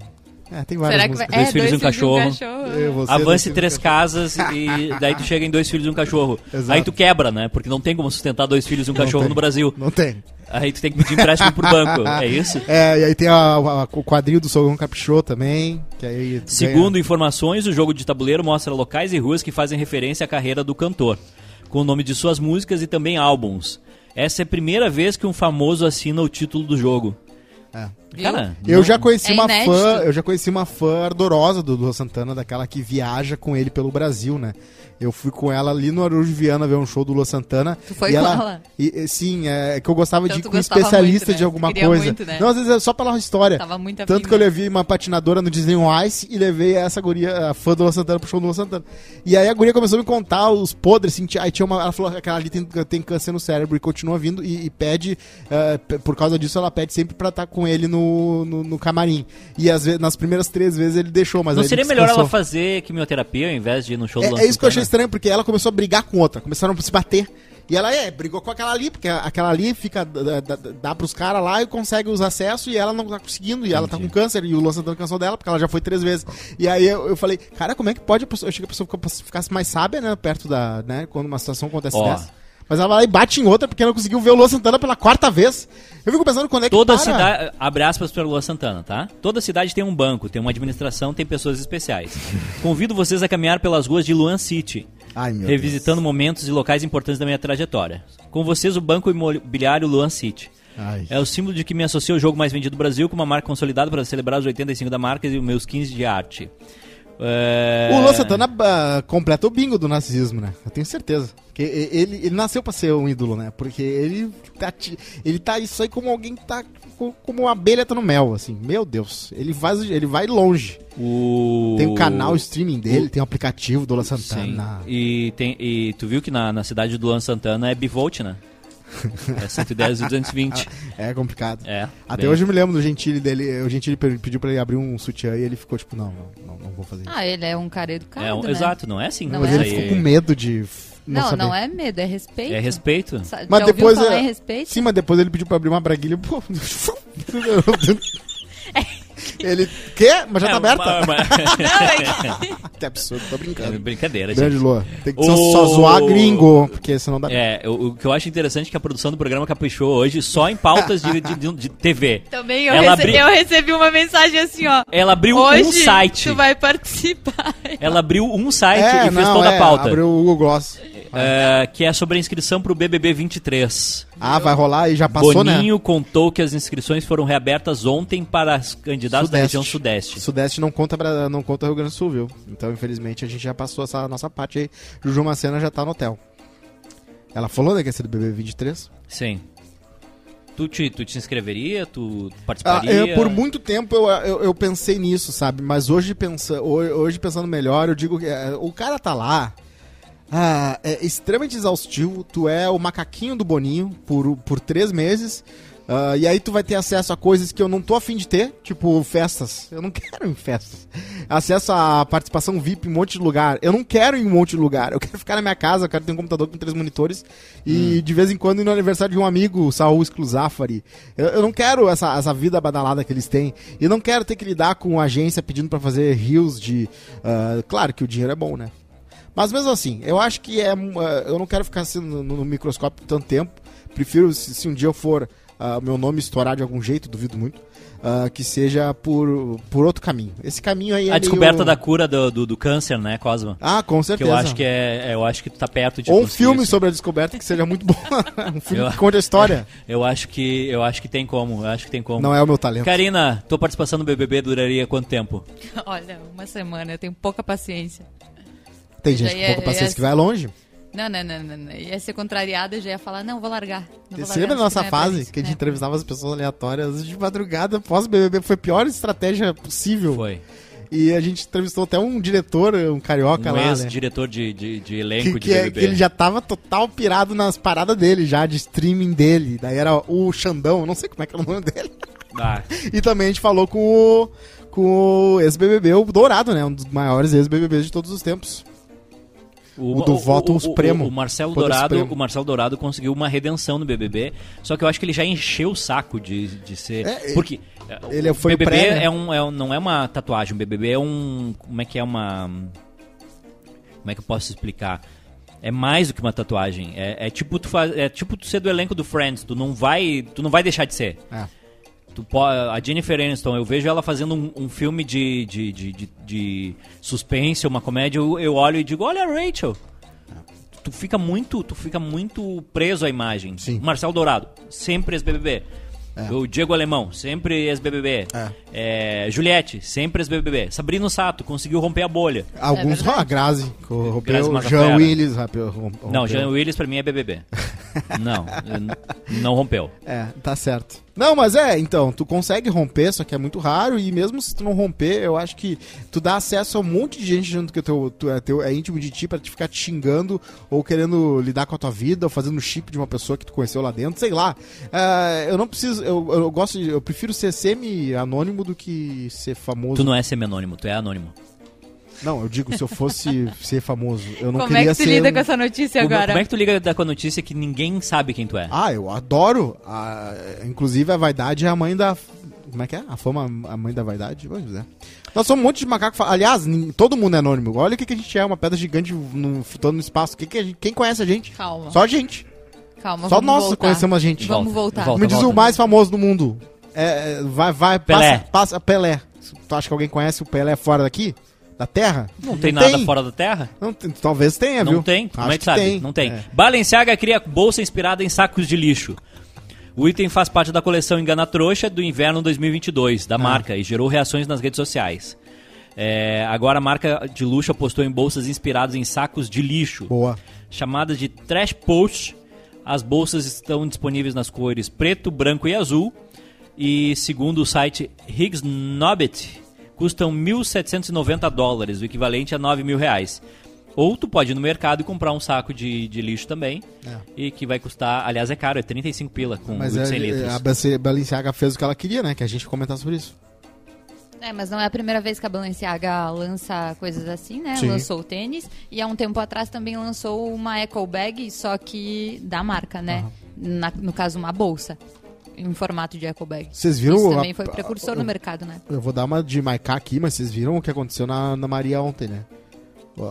S2: É, tem várias
S3: Será que vai...
S2: músicas.
S1: Dois filhos e um cachorro.
S2: Eu, você,
S1: Avance
S2: você-
S1: três casas e daí tu chega em dois filhos e um cachorro.
S2: um Exato.
S1: Aí tu quebra, né? Porque não tem como sustentar dois filhos e um cachorro
S2: tem.
S1: no Brasil.
S2: Não tem.
S1: Aí tu tem que pedir empréstimo pro banco. É isso?
S2: É, e aí tem a- a- a- o quadril do Sogão Caprichou também. Que aí ganha-
S1: Segundo informações, o jogo de tabuleiro mostra locais e ruas que fazem referência à carreira do cantor, com o nome de suas músicas e também álbuns. Essa é a primeira vez que um famoso assina o título do jogo.
S2: É.
S1: Cara,
S2: Eu já conheci
S3: É
S2: uma
S3: inédito.
S2: fã, eu já conheci uma fã ardorosa do Luan Santana, daquela que viaja com ele pelo Brasil, né? Eu fui com ela ali no Araújo Viana ver um show do Luan Santana.
S3: Tu foi
S2: e
S3: com
S2: ela,
S3: ela?
S2: e- e sim, é que eu gostava
S3: Então
S2: de ir
S3: tu
S2: com um
S3: gostava
S2: especialista
S3: muito, né?
S2: de alguma
S3: Tu queria
S2: coisa.
S3: muito, né? Tá
S2: Não, às vezes é só pela história.
S3: Tava muito afim
S2: Tanto que eu levei uma patinadora no Disney Ice e levei essa guria, a fã do Luan Santana, pro show do Luan Santana. E aí a guria começou a me contar os podres, assim, tinha- aí tinha uma, ela falou que aquela ali tem, tem câncer no cérebro e continua vindo e, e pede, eh, p- por causa disso ela pede sempre pra estar com ele no, no, no camarim. E às vezes, nas primeiras três vezes ele deixou, mas
S1: não
S2: aí ele
S1: seria melhor ela
S2: descansou.
S1: fazer quimioterapia ao invés de ir no show do Luan
S2: É, é isso que eu achei
S1: Santana?
S2: estranho, porque ela começou a brigar com outra, começaram a se bater. E ela, é, brigou com aquela ali, porque aquela ali fica, dá, dá, dá pros caras lá e consegue os acessos e ela não tá conseguindo, e ela tá com câncer, e o Luan Santana cansou dela, porque ela já foi três vezes. E aí eu, eu falei, cara, como é que pode a pessoa, eu achei que a pessoa fica- ficasse mais sábia, né, perto da, né, quando uma situação acontece
S1: Ó.
S2: dessa. Mas ela vai lá e bate em outra, porque ela não conseguiu ver o Luan Santana pela quarta vez. Eu fico pensando quando é que
S1: Toda
S2: para.
S1: cidade. Abre aspas para Lua Santana, tá? Toda cidade tem um banco, tem uma administração, tem pessoas especiais. Convido vocês a caminhar pelas ruas de Luan City,
S2: Ai, meu
S1: revisitando momentos e locais importantes da minha trajetória. Com vocês, o Banco Imobiliário Luan City.
S2: Ai.
S1: É o símbolo de que me associa ao jogo mais vendido do Brasil, com uma marca consolidada para celebrar os 85 da marca e os meus 15 de arte. É...
S2: O Luan Santana ah, completa o bingo do narcisismo, né? Eu tenho certeza. Porque e- ele, ele nasceu pra ser um ídolo, né? Porque ele tá, ti- ele tá isso aí como alguém que tá co- como uma abelha tá no mel, assim. Meu Deus. Ele, faz, ele vai longe.
S1: O...
S2: Tem o canal streaming dele, tem o aplicativo do Luan
S1: Sim.
S2: Santana.
S1: E, tem, e tu viu que na, na cidade do Luan Santana é bivolt, né? É 110 e 220.
S2: É complicado.
S1: É.
S2: Até
S1: bem-
S2: hoje eu me lembro do Gentili dele. O Gentili pe- pediu pra ele abrir um sutiã e ele ficou tipo, não, não, não, não vou fazer isso.
S3: Ah, ele é um cara educado,
S1: É, um-
S3: né?
S1: Exato, não é assim.
S3: Não
S2: Mas
S3: é.
S2: ele
S1: Isso aí
S2: ficou com medo de f- não,
S3: Não,
S2: saber.
S3: não é medo, é respeito.
S1: É respeito.
S3: Sa- Já
S2: Mas
S3: ouviu
S2: depois
S3: falar
S2: é-
S3: em respeito?
S2: Sim, mas depois ele pediu pra abrir uma braguilha. Pô, ele quer, mas já tá
S1: É,
S2: aberta. Ah,
S1: uma- uma-
S2: Que absurdo, tô
S1: é
S2: brincando.
S1: brincadeira, gente.
S2: Grande Lua. Tem que só,
S1: O-
S2: só zoar gringo, porque senão dá.
S1: É, o, o que eu acho interessante é que a produção do programa caprichou hoje só em pautas de, de- de- de TV.
S6: Também eu,
S1: Ela
S6: rece-
S1: abri-
S6: eu recebi uma mensagem assim, ó.
S1: Ela abriu
S6: Hoje
S1: um site.
S6: tu vai participar.
S1: Ela abriu um site
S2: É,
S1: e fez toda
S2: é,
S1: a pauta.
S2: Abriu o Google Gloss.
S1: é, que é sobre a inscrição pro BBB 23.
S2: Ah, vai rolar e já passou, né?
S1: Boninho contou que as inscrições foram reabertas ontem para as candidatas da região sudeste.
S2: Sudeste não conta, pra, não conta Rio Grande do Sul, viu? Então, infelizmente, a gente já passou essa nossa parte aí. Juju Macena já tá no hotel. Ela falou, né, que ia ser do BB23?
S1: Sim. Tu te, tu te inscreveria? Tu
S2: Ah,
S1: participaria?
S2: eu, por muito tempo eu, eu, eu pensei nisso, sabe? Mas hoje, pensa, ho- hoje pensando melhor, eu digo que é, o cara tá lá. ah, é extremamente exaustivo. Tu é o macaquinho do Boninho por, por três meses. ah, e aí tu vai ter acesso a coisas que eu não tô afim de ter, tipo festas. Eu não quero ir em festas. Acesso a participação VIP em um monte de lugar. Eu não quero ir em um monte de lugar. Eu quero ficar na minha casa, eu quero ter um computador com três monitores. E de vez em quando ir no aniversário de um amigo, o Saul Exclusafari. Eu, eu não quero essa, essa vida badalada que eles têm. E não quero ter que lidar com agência pedindo pra fazer rios de. ah, claro que o dinheiro é bom, né? Mas mesmo assim, eu acho que é. um, eh, eu não quero ficar assim no, no microscópio tanto tempo. Prefiro, se, se um dia eu for ah, meu nome estourar de algum jeito, duvido muito, ah, que seja por, por outro caminho. Esse caminho aí é.
S1: A descoberta
S2: meio-
S1: da cura do, do, do câncer, né, Cosma?
S2: Ah, com
S1: Que
S2: certeza.
S1: eu acho que é. Eu acho que tu tá perto de.
S2: Ou um
S1: conseguir
S2: filme
S1: isso.
S2: sobre a descoberta que seja muito bom. um filme
S1: Eu- É
S2: que conte a história.
S1: Eu acho que. Eu acho que tem como. Eu acho que tem como.
S2: Não é o meu talento.
S1: Karina, tua participação no BBB duraria quanto tempo?
S3: Olha, uma semana, eu tenho pouca paciência.
S2: Tem gente
S3: Já
S2: com
S3: ia-
S2: pouca
S3: ia-
S2: paciência que vai longe.
S3: Não, não, não, não, não. Ia ser contrariada, eu já ia falar, não, vou largar. Não vou
S2: Você lembra
S3: largar,
S2: da nossa
S3: não é pra
S2: fase
S3: isso,
S2: que a gente
S3: né?
S2: entrevistava as pessoas aleatórias de madrugada pós BBB? Foi a pior estratégia possível.
S1: Foi.
S2: E a gente entrevistou até um diretor, um carioca
S1: Um
S2: lá, né?
S1: ex-diretor de, de, de elenco de
S2: Que, que é-
S1: BBB.
S2: que ele já tava total pirado nas paradas dele, já de streaming dele. Daí era o Xandão, não sei como é que era o nome dele.
S1: Ah,
S2: E também a gente falou com o, com o ex-BBB, o Dourado, né? Um dos maiores ex-BBBs de todos os tempos. o do voto supremo.
S1: O, Marcelo
S2: Poder
S1: Dourado,
S2: supremo.
S1: o Marcelo Dourado conseguiu uma redenção no BBB, só que eu acho que ele já encheu o saco de, de ser,
S2: É,
S1: porque
S2: ele foi
S1: o
S2: o
S1: BBB
S2: pré, né?
S1: é um, é um- não é uma tatuagem, o BBB é um, como é que é uma como é que eu posso explicar? É mais do que uma tatuagem, é, é tipo tu faz, é tipo tu ser do elenco do Friends, tu não vai, tu não vai deixar de ser.
S2: É.
S1: Tu po- a Jennifer Aniston, eu vejo ela fazendo um, um filme de, de, de, de, de suspense, uma comédia, eu, eu olho e digo, olha a Rachel. Tu fica muito, tu fica muito preso à imagem.
S2: Sim. É.
S1: Marcelo Dourado, sempre ex-BBB. O Diego Alemão, sempre ex-BBB. É, Juliette, sempre ex-BBB. Sabrina Sato, conseguiu romper a bolha.
S2: Alguns, ó, a Grazi, que
S1: Grazi
S2: rompeu,
S1: Massafera.
S2: Jean Willis, rompeu, rompeu.
S1: Não, Jean Willis pra mim é BBB. não, eu n- não rompeu.
S2: É, tá certo. Não, mas é, então, tu consegue romper, só que é muito raro, e mesmo se tu não romper, eu acho que tu dá acesso a um monte de gente junto que teu, tu, é, teu, é íntimo de ti pra te ficar te xingando ou querendo lidar com a tua vida, ou fazendo chip de uma pessoa que tu conheceu lá dentro, sei lá. Ah, eu não preciso, eu, eu gosto, de, eu prefiro ser semi-anônimo do que ser famoso.
S1: Tu não é semi-anônimo, tu é anônimo.
S2: Não, eu digo, se eu fosse ser famoso, eu não
S6: Como é
S2: queria
S6: que tu
S2: ser
S6: lida
S2: um-
S6: com essa notícia
S1: Como,
S6: agora?
S1: como é que tu liga da- com a notícia que ninguém sabe quem tu é?
S2: Ah, eu adoro. Ah, inclusive, a vaidade é a mãe da. Como é que é? A fama, a mãe da vaidade? Vamos dizer. Nós somos um monte de macaco. fa- Aliás, nin- todo mundo é anônimo. Olha o que, que a gente é, uma pedra gigante no, flutuando no espaço. Que que a gente- quem conhece a gente?
S3: Calma,
S2: Só a gente.
S3: calma.
S2: Só
S3: vamos
S2: nós
S3: voltar.
S2: conhecemos a gente.
S3: Vamos voltar.
S2: Me diz o mais famoso do mundo. É, é, vai, vai,
S1: Pelé.
S2: Passa, passa Pelé. Tu acha que alguém conhece o Pelé fora daqui? Da Terra?
S1: Não tem nada fora da Terra?
S2: Não tem- talvez tenha, viu?
S1: Não tem? Como
S2: Acho
S1: é que, sabe?
S2: tem.
S1: Não tem.
S2: É.
S1: Balenciaga cria bolsa inspirada em sacos de lixo. O item faz parte da coleção Engana Trouxa do inverno 2022
S2: É.
S1: da marca e gerou reações nas redes sociais. É, agora a marca de luxo apostou em bolsas inspiradas em sacos de lixo.
S2: Boa.
S1: Chamadas de trash post, as bolsas estão disponíveis nas cores preto, branco e azul. E segundo o site Higgs Nobbit, custam 1.790 dólares, o equivalente a 9 mil reais. Ou tu pode ir no mercado e comprar um saco de, de lixo também, e que vai custar, aliás é caro, é 35 pila com
S2: É. Mas
S1: 800
S2: é, a
S1: litros.
S2: Balenciaga- Balenciaga fez o que ela queria, né? Que a gente comentar sobre isso.
S3: É, mas não é a primeira vez que a Balenciaga lança coisas assim, né?
S2: Sim.
S3: Lançou o tênis e há um tempo atrás também lançou uma eco bag, só que da marca, né? Na- no caso, uma bolsa em formato de eco bag.
S2: Vocês viram
S3: Isso
S2: a-
S3: também foi precursor
S2: a-
S3: no mercado, né?
S2: Eu vou dar uma de Maiká aqui, mas vocês viram o que aconteceu na, na Maria ontem, né?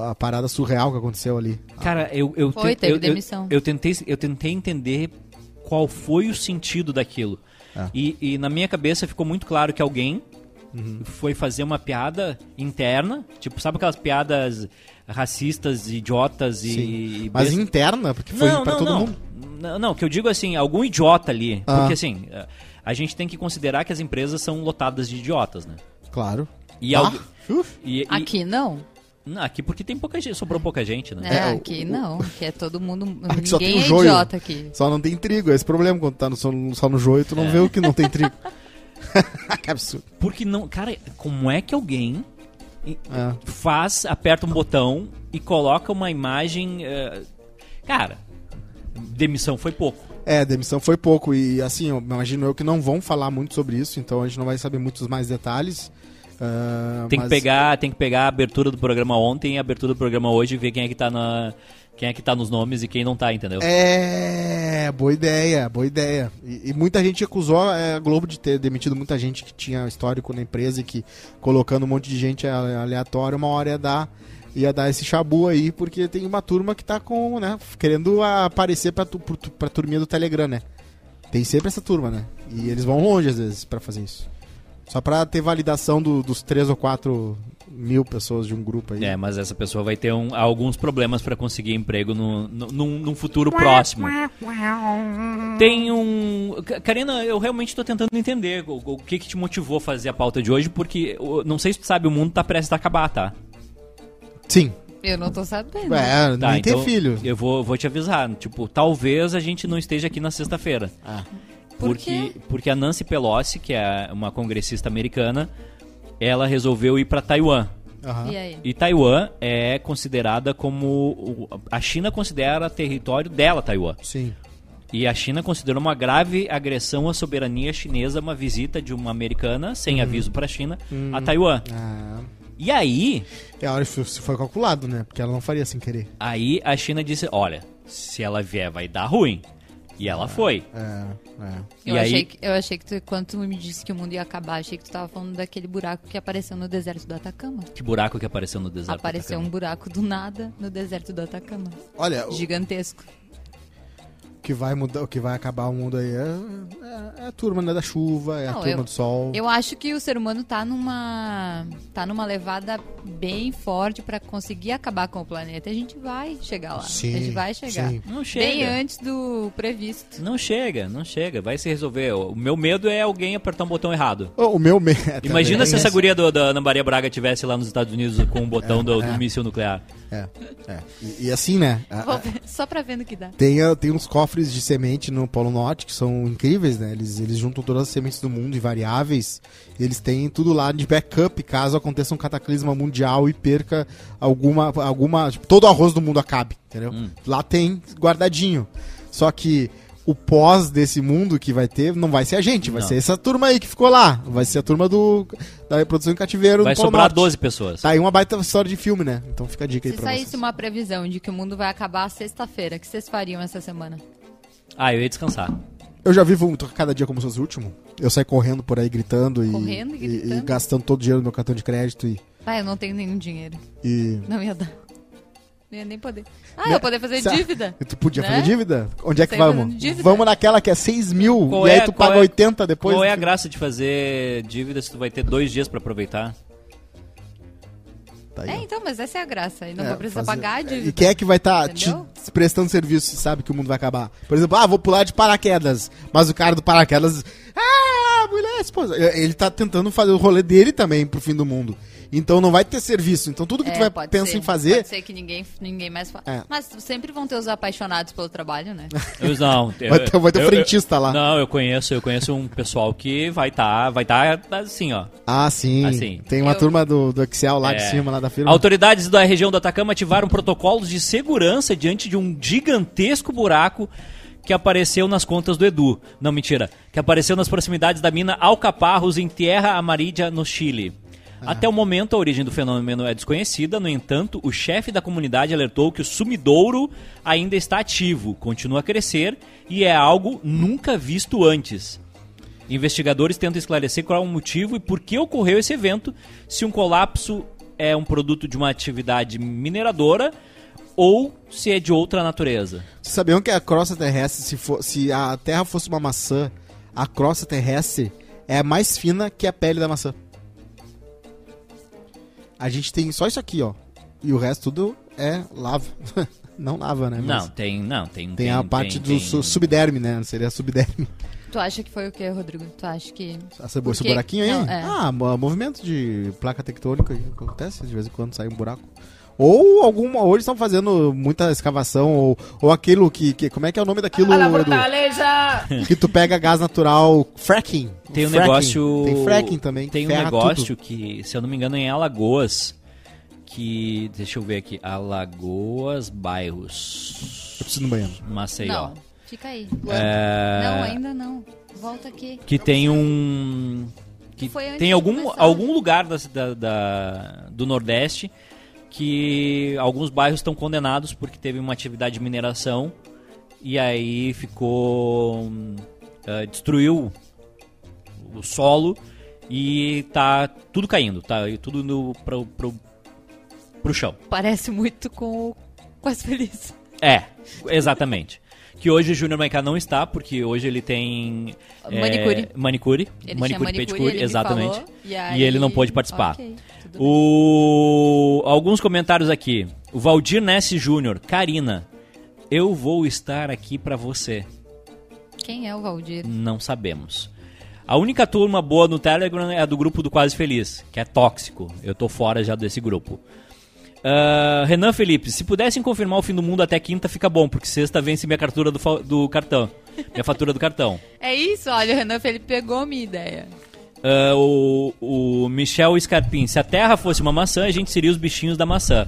S2: A parada surreal que aconteceu ali.
S1: Cara, eu, eu,
S3: Foi,
S1: ten-
S3: teve
S1: eu- eu-
S3: demissão.
S1: eu tentei, eu tentei entender qual foi o sentido daquilo.
S2: Ah.
S1: E, e na minha cabeça ficou muito claro que alguém foi fazer uma piada interna, tipo, sabe aquelas piadas racistas, idiotas e.
S2: Sim.
S1: e
S2: Mas
S1: besta-
S2: interna, porque foi pra todo
S1: não.
S2: mundo.
S1: Não, não, que eu digo assim, algum idiota ali.
S2: Ah.
S1: Porque assim, a gente tem que considerar que as empresas são lotadas de idiotas, né?
S2: Claro.
S1: E
S2: Ah,
S1: algu-
S2: uf.
S1: e- e-
S3: Aqui não,
S1: Não, aqui porque tem pouca gente, sobrou pouca gente, né?
S3: né?
S2: É, o-
S3: aqui não, que é todo mundo,
S2: Aqui só
S3: ninguém
S2: tem o
S3: é
S2: joio.
S3: idiota aqui.
S2: Só não tem trigo, é esse problema. Quando tá no, só, no- só no joio,
S1: É.
S2: tu não vê o que não tem trigo. que absurdo.
S1: Porque não, cara, como é que alguém
S2: É.
S1: faz, aperta um botão e coloca uma imagem. eh, Cara, demissão foi pouco.
S2: É, demissão foi pouco. E assim, eu imagino eu que não vão falar muito sobre isso, então a gente não vai saber muitos mais detalhes. Ah,
S1: Tem,
S2: mas-
S1: que pegar, tem que pegar a abertura do programa ontem e a abertura do programa hoje e ver quem é que tá na. Quem é que tá nos nomes e quem não tá, entendeu?
S2: É, boa ideia, boa ideia. E, e muita gente acusou é, a Globo de ter demitido muita gente que tinha histórico na empresa e que colocando um monte de gente ale- aleatória, uma hora ia dar, ia dar esse chabu aí, porque tem uma turma que tá com, né, querendo aparecer pra, tu, pro tu- pra turminha do Telegram, né? Tem sempre essa turma, né? E eles vão longe às vezes pra fazer isso. Só pra ter validação do- dos três ou quatro mil pessoas de um grupo aí.
S1: É, mas essa pessoa vai ter um- alguns problemas pra conseguir emprego no, no, num, num futuro próximo. Tem um. Ca- Karina, eu realmente tô tentando entender o, o que, que te motivou a fazer a pauta de hoje, porque o- não sei se tu sabe, o mundo tá prestes a acabar, tá?
S2: Sim.
S3: Eu não tô sabendo.
S2: É,
S1: Tá,
S2: nem
S1: então
S2: ter filho.
S1: Eu vou, vou te avisar. Tipo, talvez a gente não esteja aqui na sexta-feira.
S2: Ah.
S3: Por
S1: porque, porque a Nancy Pelosi, que é uma congressista americana, ela resolveu ir pra Taiwan.
S2: Aham.
S3: E aí?
S1: E Taiwan é considerada como. o- A China considera território dela, Taiwan.
S2: Sim.
S1: E a China considerou uma grave agressão à soberania chinesa uma visita de uma americana, sem aviso pra China, a Taiwan.
S2: Ah,
S1: E aí,
S2: É, olha, isso isso foi calculado, né? Porque ela não faria sem querer.
S1: aí a China disse, olha, se ela vier vai dar ruim. E ela foi.
S2: É,
S3: Eu,
S1: E aí-
S3: achei que, eu achei que tu, quando tu me disse que o mundo ia acabar, achei que tu tava falando daquele buraco que apareceu no deserto do Atacama.
S1: Que buraco que apareceu no deserto. do
S3: apareceu
S1: Atacama.
S3: um buraco do nada no deserto do Atacama.
S2: Olha, o
S3: Gigantesco.
S2: que vai mudar, o que vai acabar o mundo aí é, é- é a turma né, da chuva, é a
S3: Não,
S2: turma
S3: eu-
S2: do sol.
S3: Eu acho que o ser humano tá numa tá numa levada bem forte pra conseguir acabar com o planeta. A gente vai chegar lá. a gente vai chegar.
S2: sim.
S1: Não chega.
S3: um Bem antes do previsto.
S1: Não chega, não chega. Vai se resolver. O meu medo é alguém apertar um botão errado.
S2: Ô, Oh, o meu medo.
S1: Tá Imagina se
S2: também.
S1: essa guria do- da Ana Maria Braga tivesse lá nos Estados Unidos com o botão do, do míssil nuclear.
S2: É, é. E, e assim, né? a-
S3: Vou ver- só pra ver no que dá.
S2: Tem, a- tem uns cofres de semente no Polo Norte que são incríveis, né? Eles, eles juntam todas as sementes do mundo e variáveis. E eles têm tudo lá de backup caso aconteça um cataclisma mundial e perca alguma. alguma tipo, todo o arroz do mundo acabe, entendeu?
S1: Hum.
S2: Lá tem guardadinho. Só que o pós desse mundo que vai ter não vai ser a gente, vai
S1: Não.
S2: ser essa turma aí que ficou lá. Vai ser a turma do, da reprodução em cativeiro
S1: Vai
S2: do Polo
S1: sobrar
S2: Norte.
S1: 12 pessoas.
S2: um Tá aí uma baita história de filme, né? Então fica a dica aí
S3: Se
S2: pra
S3: saísse
S2: vocês.
S3: uma previsão de que o mundo vai acabar sexta-feira, o que vocês fariam essa semana?
S1: Ah, eu ia descansar.
S2: Eu já vivo um- cada dia como se fosse o último. Eu saio correndo por aí gritando, e-
S3: Correndo e gritando?
S2: e gastando todo o dinheiro do meu cartão de crédito e.
S3: Ah, eu não tenho nenhum dinheiro.
S2: e-
S3: Não ia dar. Não ia nem poder. Ah,
S2: Né?
S3: eu ia poder fazer
S2: Sa-
S3: dívida.
S2: Tu podia
S3: Né?
S2: fazer dívida? Onde é que
S3: Sair
S2: vamos?
S3: fazendo dívida.
S2: Vamos naquela que é 6 mil
S1: Qual
S2: e
S1: é-
S2: aí tu
S1: qual
S2: paga
S1: é-
S2: 80 depois.
S1: Qual é a graça de fazer dívida se tu vai ter dois dias pra aproveitar?
S2: Tá aí,
S3: É,
S2: ó.
S3: então, mas essa é a graça. E não
S2: É,
S3: vou precisar
S2: fazer-
S3: pagar a
S2: E
S3: dívida.
S2: quem é que vai estar te
S3: Entendeu?
S2: te prestando serviço se sabe que o mundo vai acabar? Por exemplo, ah, vou pular de paraquedas. Mas o cara do paraquedas. Ah, mulher, esposa. Ele tá tentando fazer o rolê dele também pro fim do mundo. Então não vai ter serviço. Então tudo que
S3: É,
S2: tu vai
S3: pode
S2: pensa
S3: ser.
S2: em fazer.
S3: Pode ser que ninguém, ninguém mais faça.
S2: É.
S3: Mas sempre vão ter os apaixonados pelo trabalho, né?
S1: Eu, não,
S2: Vai ter- vai ter um
S1: eu-
S2: frentista
S1: eu-
S2: lá.
S1: Não, eu conheço, eu conheço um pessoal que vai tá, vai tá assim, ó.
S2: Ah, sim.
S1: Assim.
S2: Tem uma
S3: Eu-
S2: turma do, do Excel lá de
S1: É.
S2: cima, lá da firma.
S1: Autoridades da região do Atacama ativaram protocolos de segurança diante de um gigantesco buraco que apareceu nas contas do Edu. Não, mentira. Que apareceu nas proximidades da mina Alcaparros, em Terra Amarídia, no Chile. Até o momento, a origem do fenômeno é desconhecida, no entanto, o chefe da comunidade alertou que o sumidouro ainda está ativo, continua a crescer e é algo nunca visto antes. Investigadores tentam esclarecer qual é o motivo e por que ocorreu esse evento, se um colapso é um produto de uma atividade mineradora ou se é de outra natureza.
S2: Vocês sabiam que a crosta terrestre, se, for, se a Terra fosse uma maçã, a crosta terrestre é mais fina que a pele da maçã. A gente tem só isso aqui, ó. E o resto tudo é lava. não lava, né? Mas
S1: Não, tem, não, tem,
S2: Tem, a parte do
S1: tem-
S2: su- subderme, né? Seria subderme.
S3: tu acha que foi o quê, Rodrigo? Tu acha que.
S2: Essa,
S3: Por
S2: esse
S3: quê?
S2: buraquinho aí?
S3: Não, é.
S2: Ah, mo- movimento de placa tectônica que acontece de vez em quando sai um buraco. Ou alguma. Ou eles estão fazendo muita escavação, ou, ou aquilo que, que- Como é que é o nome daquilo? Edu? Que tu pega gás natural, fracking.
S1: Tem um
S2: Fracking.
S1: negócio.
S2: Tem fracking também.
S1: Tem um
S2: ferra
S1: negócio
S2: tudo.
S1: que, se eu não me engano, é em Alagoas. Que. Deixa eu ver aqui. Alagoas Bairros.
S2: Eu preciso ir no banheiro.
S1: Maceió.
S3: Não, fica aí.
S1: É,
S3: Não, ainda não. Volta aqui.
S1: Que tem um. Que
S3: Foi antes
S1: tem
S3: de
S1: algum,
S3: começar.
S1: algum lugar da, cida- da- do Nordeste que alguns bairros estão condenados porque teve uma atividade de mineração e aí ficou. hum, eh, destruiu o solo e tá tudo caindo, tá e tudo indo pro, pro, pro chão.
S3: Parece muito com o Quase Feliz.
S1: É, exatamente. Que hoje o Júnior Maiká não está, porque hoje ele tem. eh,
S3: Manicure.
S1: manicure.
S3: Ele
S1: manicure,
S3: tinha manicure,
S1: pedicure,
S3: ele me
S1: exatamente.
S3: falou,
S1: e,
S3: e aí-
S1: ele não pôde participar.
S3: Ok, tudo
S1: o... Alguns comentários aqui. O Valdir Ness Júnior. Karina, eu vou estar aqui pra você.
S3: Quem é o Valdir?
S1: Não sabemos. A única turma boa no Telegram é a do grupo do Quase Feliz, que é tóxico. Eu tô fora já desse grupo. Ah, Renan Felipe, se pudessem confirmar o fim do mundo até quinta, fica bom, porque sexta vence minha cartura do, fa- do cartão. Minha fatura do cartão.
S3: É isso, olha, o Renan Felipe pegou a minha ideia.
S1: Ah, o, o Michel Scarpin, se a Terra fosse uma maçã, a gente seria os bichinhos da maçã.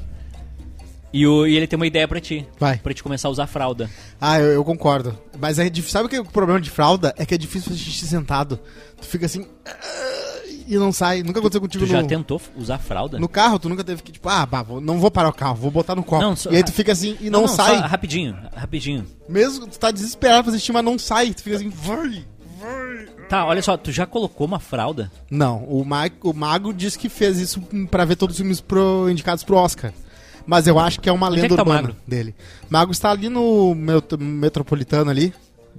S1: E, o- e ele tem uma ideia pra ti.
S2: Vai.
S1: Pra te começar a usar fralda.
S2: Ah, eu, eu concordo. Mas é difícil. Sabe o que é o problema de fralda? É que é difícil fazer xixi sentado. Tu fica assim. ah, e não sai. Nunca aconteceu contigo
S1: Tu já
S2: no,
S1: tentou f- usar fralda?
S2: no carro, tu nunca teve que, tipo, ah, bah, vou- não vou parar o carro, vou botar no copo.
S1: Não, só-
S2: e aí tu fica assim e não,
S1: só
S2: sai.
S1: rapidinho, rapidinho.
S2: Mesmo que tu tá desesperado pra assistir, mas não sai. Tu fica assim, vai.
S1: Tá, olha só, tu já colocou uma fralda?
S2: Não, o, Ma o Mago diz que fez isso pra ver todos os filmes pro- indicados pro Oscar. Mas eu acho que é uma
S1: é
S2: lenda
S1: que tá o
S2: urbana
S1: Magro?
S2: dele. Mago está ali no met- Metropolitano ali.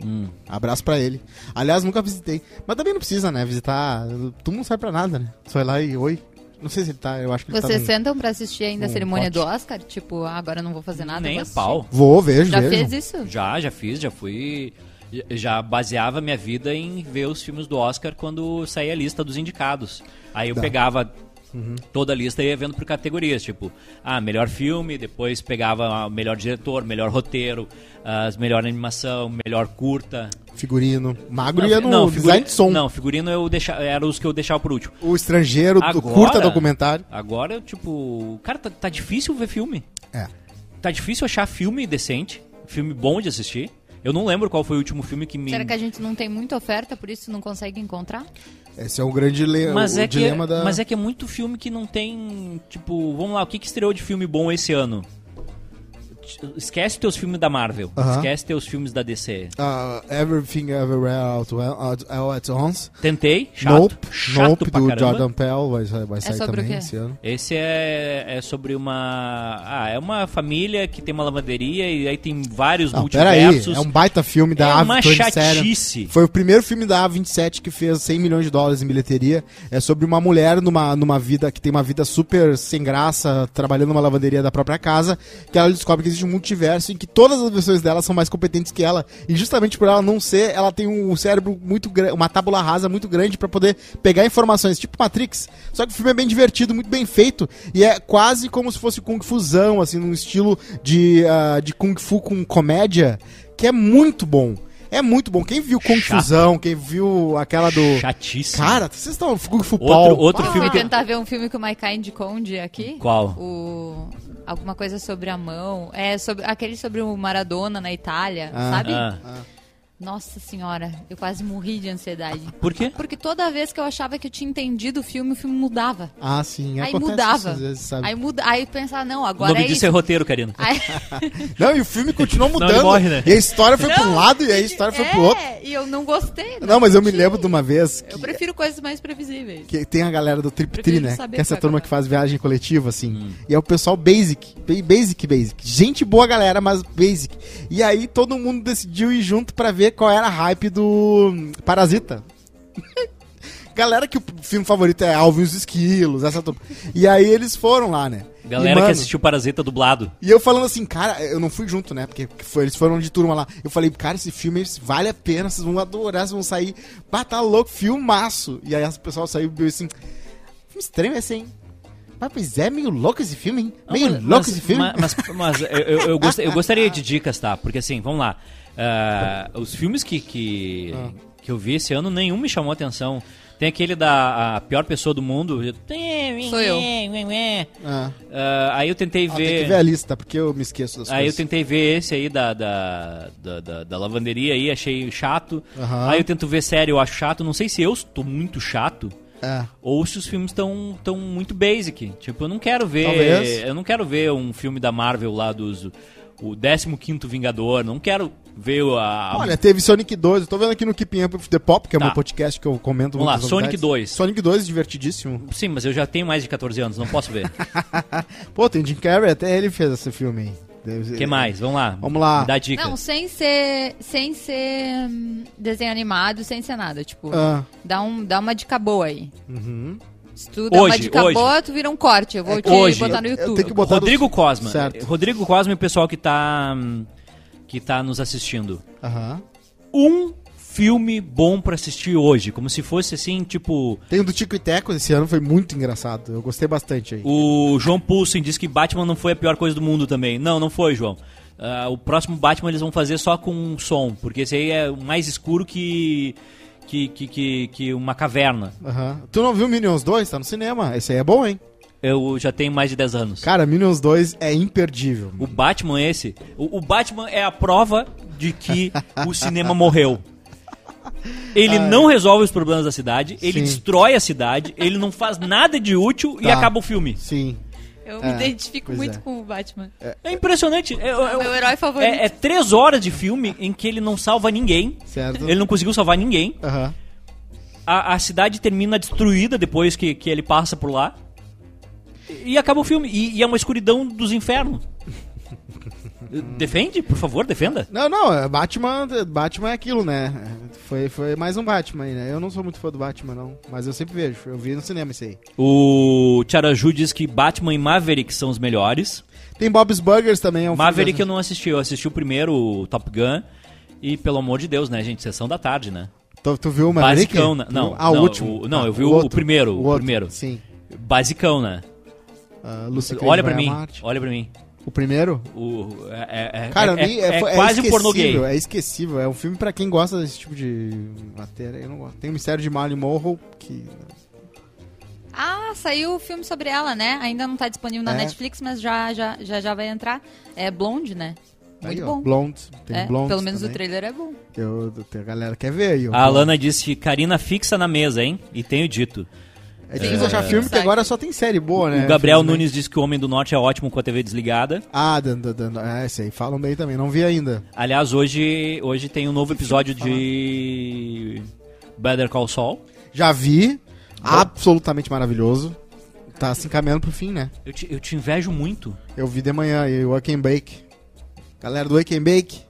S1: Hum.
S2: Abraço pra ele. Aliás, nunca visitei. Mas também não precisa, né? Visitar. Tu não sai pra nada, né? Só ir lá e oi. Não sei se ele tá. Eu acho que ele
S3: Vocês
S2: tá. no-
S3: sentam pra assistir ainda a
S2: Um
S3: cerimônia
S2: pote.
S3: do Oscar? Tipo, ah, agora eu não vou fazer nada.
S1: Nem
S3: vou
S1: a
S3: assistir.
S1: pau.
S2: Vou, vejo,
S3: Já
S2: vejo.
S3: fez isso?
S1: Já, já fiz, já fui. já- Já baseava minha vida em ver os filmes do Oscar quando saía a lista dos indicados. Aí eu
S2: Tá.
S1: pegava
S2: Uhum.
S1: toda a lista e ia vendo por categorias, tipo, ah, melhor filme, depois pegava ah, melhor diretor, melhor roteiro, ah, melhor animação, melhor curta.
S2: Figurino. Magro ia no
S1: não,
S2: design de som.
S1: Não, figurino eu deixava, era os que eu deixava por último.
S2: O estrangeiro, do
S1: Agora-
S2: curta documentário.
S1: Agora, eu, tipo, cara, tá, tá difícil ver filme.
S2: É.
S1: Tá difícil achar filme decente, filme bom de assistir. Eu não lembro qual foi o último filme que me.
S3: Será que a gente não tem muita oferta, por isso não consegue encontrar?
S2: Esse é um grande le...
S1: mas
S2: o
S1: é, que,
S2: dilema da.
S1: mas é que é muito filme que não tem. Tipo, vamos lá, o que, que estreou de filme bom esse ano? T- Esquece teus filmes da Marvel.
S2: Aham.
S1: Esquece teus filmes da DC.
S2: Ah, everything Everywhere All at, all at Once.
S1: Tentei, chato.
S2: Nope,
S1: chato
S2: Nope
S1: pra
S2: do
S1: caramba.
S2: Jordan Pell vai, sa- vai sair
S3: É sobre o
S2: também
S3: quê?
S2: esse ano.
S1: Esse é, é sobre uma. Ah, é uma família que tem uma lavanderia e aí tem vários
S2: Não, peraí,
S1: multiversos.
S2: é um baita filme da
S1: É
S2: Ave
S1: uma
S2: 27.
S1: chatice.
S2: Foi o primeiro filme da A27 que fez 100 milhões de dólares em bilheteria. É sobre uma mulher numa, numa vida que tem uma vida super sem graça, trabalhando numa lavanderia da própria casa, que ela descobre que existe um multiverso em que todas as versões dela são mais competentes que ela. E justamente por ela não ser, ela tem um cérebro muito grande, uma tábula rasa muito grande pra poder pegar informações, tipo Matrix. Só que o filme é bem divertido, muito bem feito, e é quase como se fosse Kung Fusão, assim, num estilo de, ah, de Kung Fu com comédia, que é muito bom. É muito bom. Quem viu Kung
S1: Chato.
S2: Fusão, quem viu aquela do.
S1: Chatíssimo.
S2: Cara, vocês estão. Kung Fu
S1: outro,
S2: Paul.
S1: outro
S3: Ah,
S1: filme
S3: fui
S1: que.
S3: tentar ver um filme que o Maikai indicou um dia aqui.
S1: Qual?
S3: O... Alguma coisa sobre a mão. É, sobre... aquele sobre o Maradona na Itália,
S2: Ah.
S3: sabe?
S1: Ah,
S3: Nossa senhora, eu quase morri de ansiedade.
S1: por quê?
S3: Porque toda vez que eu achava que eu tinha entendido o filme, o filme mudava.
S2: Ah, sim.
S3: Aí
S2: acontece isso
S3: mudava.
S2: às vezes, sabe?
S3: Aí, muda... Aí eu pensava, não,
S1: O
S3: agora
S1: nome
S3: é
S1: disso
S3: isso.
S1: é roteiro, Karina.
S3: Aí-
S2: Não, e o filme continuou
S1: Senão
S2: mudando.
S1: ele morre, né?
S2: E a história foi pra um lado e a história foi pro outro.
S3: É, e eu não gostei.
S2: Não, mas eu me
S3: curti.
S2: lembro de uma vez que,
S3: Eu prefiro coisas mais previsíveis.
S2: que tem a galera do Trip Tri,
S3: Prefiro
S2: né?
S3: saber
S2: Que é essa
S3: qual é
S2: turma
S3: a
S2: que faz viagem coletiva, assim.
S1: Hum.
S2: E é o pessoal basic. bem Basic, basic. Gente boa, galera, mas basic. E aí todo mundo decidiu ir junto pra ver qual era a hype do hum, Parasita. galera que o filme favorito é Alvin e os Esquilos, essa turma. E aí eles foram lá, né? e,
S1: Galera
S2: mano,
S1: que assistiu Parasita dublado.
S2: E eu falando assim, cara, eu não fui junto, né? Porque foi- eles foram de turma lá. Eu falei, cara, esse filme vale a pena, vocês vão adorar, vocês vão sair. Bah, tá louco, filmaço. E aí o pessoal saiu e viu assim, filme estranho esse, hein? Mas pois é, meio louco esse filme, hein? Meio
S1: mas-
S2: louco
S1: mas-
S2: esse filme.
S1: ma- Mas, mas eu, eu, eu gost- eu gostaria de dicas, tá? Porque assim, vamos lá. Ah, os filmes que, que,
S2: Ah.
S1: que eu vi esse ano, nenhum me chamou atenção. Tem aquele da a pior pessoa do mundo.
S3: Sou eu.
S2: Ah,
S1: Ah, aí eu tentei
S2: ó,
S1: ver.
S2: Tem que ver a lista, porque eu me esqueço das
S1: Aí eu
S2: coisas.
S1: tentei ver esse aí da, da, da, da- da lavanderia aí, achei chato.
S2: Aham.
S1: Aí eu tento ver série, eu acho chato. Não sei se eu tô muito chato
S2: É.
S1: ou se os filmes estão tão muito basic. Tipo, eu não quero ver.
S2: Talvez.
S1: Eu não quero ver um filme da Marvel lá dos. O 15 Vingador. Não quero ver a.
S2: Olha, teve Sonic 2, eu tô vendo aqui no Keeping Up with the Pop, que é
S1: Ah, Tá.
S2: um podcast que eu comento
S1: Vamos lá,
S2: muitas
S1: Sonic
S2: novidades.
S1: 2.
S2: Sonic 2, divertidíssimo.
S1: Sim, mas eu já tenho mais de 14 anos, não posso ver.
S2: Pô, tem Jim Carrey, até ele fez esse filme aí. Deve-
S1: O que mais? Vamos lá.
S2: Vamos lá.
S1: Me dá dica.
S3: Não, sem ser, sem ser hum, desenho animado, sem ser nada. Tipo,
S2: Ah,
S3: dá, um, dá uma dica boa aí.
S2: uhum.
S3: Se tu dá uma
S1: Hoje,
S3: dica
S1: hoje.
S3: boa, tu vira um corte. Eu vou te
S1: hoje.
S3: botar no
S2: Eu- eu
S3: YouTube.
S2: tenho que botar
S1: Rodrigo
S2: no-
S1: Cosma.
S2: Certo.
S1: Rodrigo Cosma e o pessoal que tá. hum, que tá nos assistindo.
S2: Aham.
S1: um filme bom pra assistir hoje, como se fosse assim, tipo,
S2: Tem o do Tico e Teco esse ano, foi muito engraçado. Eu gostei bastante aí.
S1: o João Pulsen diz que Batman não foi a pior coisa do mundo também. Não, não foi, João. Ah, o próximo Batman eles vão fazer só com um som, porque esse aí é mais escuro que que, que, que, que uma caverna.
S2: Aham. Tu não viu Minions 2? Tá no cinema. Esse aí é bom, hein?
S1: Eu já tenho mais de 10 anos.
S2: Cara, Minions 2 é imperdível.
S1: O Batman esse, o, o Batman é a prova de que o cinema morreu. Ele não resolve os problemas da cidade, ele
S2: Sim.
S1: destrói a cidade, ele não faz nada de útil e
S2: Tá.
S1: acaba o filme.
S2: Sim.
S6: Eu me
S2: É,
S6: identifico
S2: pois
S6: muito
S2: é.
S6: com o Batman.
S1: É impressionante. É, é-
S6: Meu herói favorito.
S1: é- é três horas de filme em que ele não salva ninguém.
S2: Certo.
S1: Ele não conseguiu salvar ninguém.
S2: Aham.
S1: A, a cidade termina destruída depois que, que ele passa por lá. E, e acaba o filme. E, e é uma escuridão dos infernos. Defende, por favor, defenda.
S2: Não, não, é Batman, Batman é aquilo, né? Foi, foi mais um Batman aí, né? Eu não sou muito fã do Batman, não. Mas eu sempre vejo. Eu vi no cinema isso aí.
S1: O Tiaraju diz que Batman e Maverick são os melhores.
S2: Tem Bob's Burgers também, é um filme
S1: Maverick
S2: dessa-
S1: eu não assisti, eu assisti o primeiro, o Top Gun. E pelo amor de Deus, né, gente? Sessão da tarde, né?
S2: Tu, tu viu o Maverick?
S1: Basicão, né?
S2: Tu viu?
S1: Não,
S2: ah,
S1: não,
S2: o último.
S1: o- não,
S2: Ah,
S1: eu vi o- o
S2: outro.
S1: primeiro, o
S2: outro,
S1: primeiro.
S2: Sim.
S1: Basicão, né?
S2: Ah, Lucy Cage,
S1: Olha pra
S2: Brian
S1: mim,
S2: Martin.
S1: olha pra mim.
S2: O primeiro?
S1: O, é, é,
S2: Cara,
S1: é,
S2: a mim é,
S1: é,
S2: foi- é
S1: quase um
S2: esquecível,
S1: pornô gay.
S2: É esquecível. É um filme pra quem gosta desse tipo de matéria. Eu não gosto. Tem o Mistério de Marley Morrow, que... né,
S3: Ah, saiu o filme sobre ela, né? Ainda não tá disponível na
S2: É.
S3: Netflix, mas já, já, já, já vai entrar. É Blonde, né? Muito
S2: aí, ó,
S3: bom.
S2: Blonde. Tem
S3: É,
S2: Blonde
S3: pelo menos o
S2: também,
S3: trailer é bom.
S2: que eu- tem a galera que quer ver aí. ó.
S1: A Alana disse que Karina fixa na mesa, hein? E tenho dito.
S2: É difícil achar filme, que
S6: Sabe.
S2: agora só tem série boa, né?
S1: o Gabriel
S2: Infelizmente.
S1: Nunes disse que o Homem do Norte é ótimo com a TV desligada.
S2: Ah, dan, dan, dan, dan. é, esse aí. Falam bem também. Não vi ainda.
S1: Aliás, hoje, hoje tem um novo episódio de Better Call Saul.
S2: Já vi. Absolutamente maravilhoso. Tá se encaminhando pro fim, né?
S1: Eu te, eu te invejo muito.
S2: Eu vi de manhã e o Wake and Bake. Galera do Wake and Bake.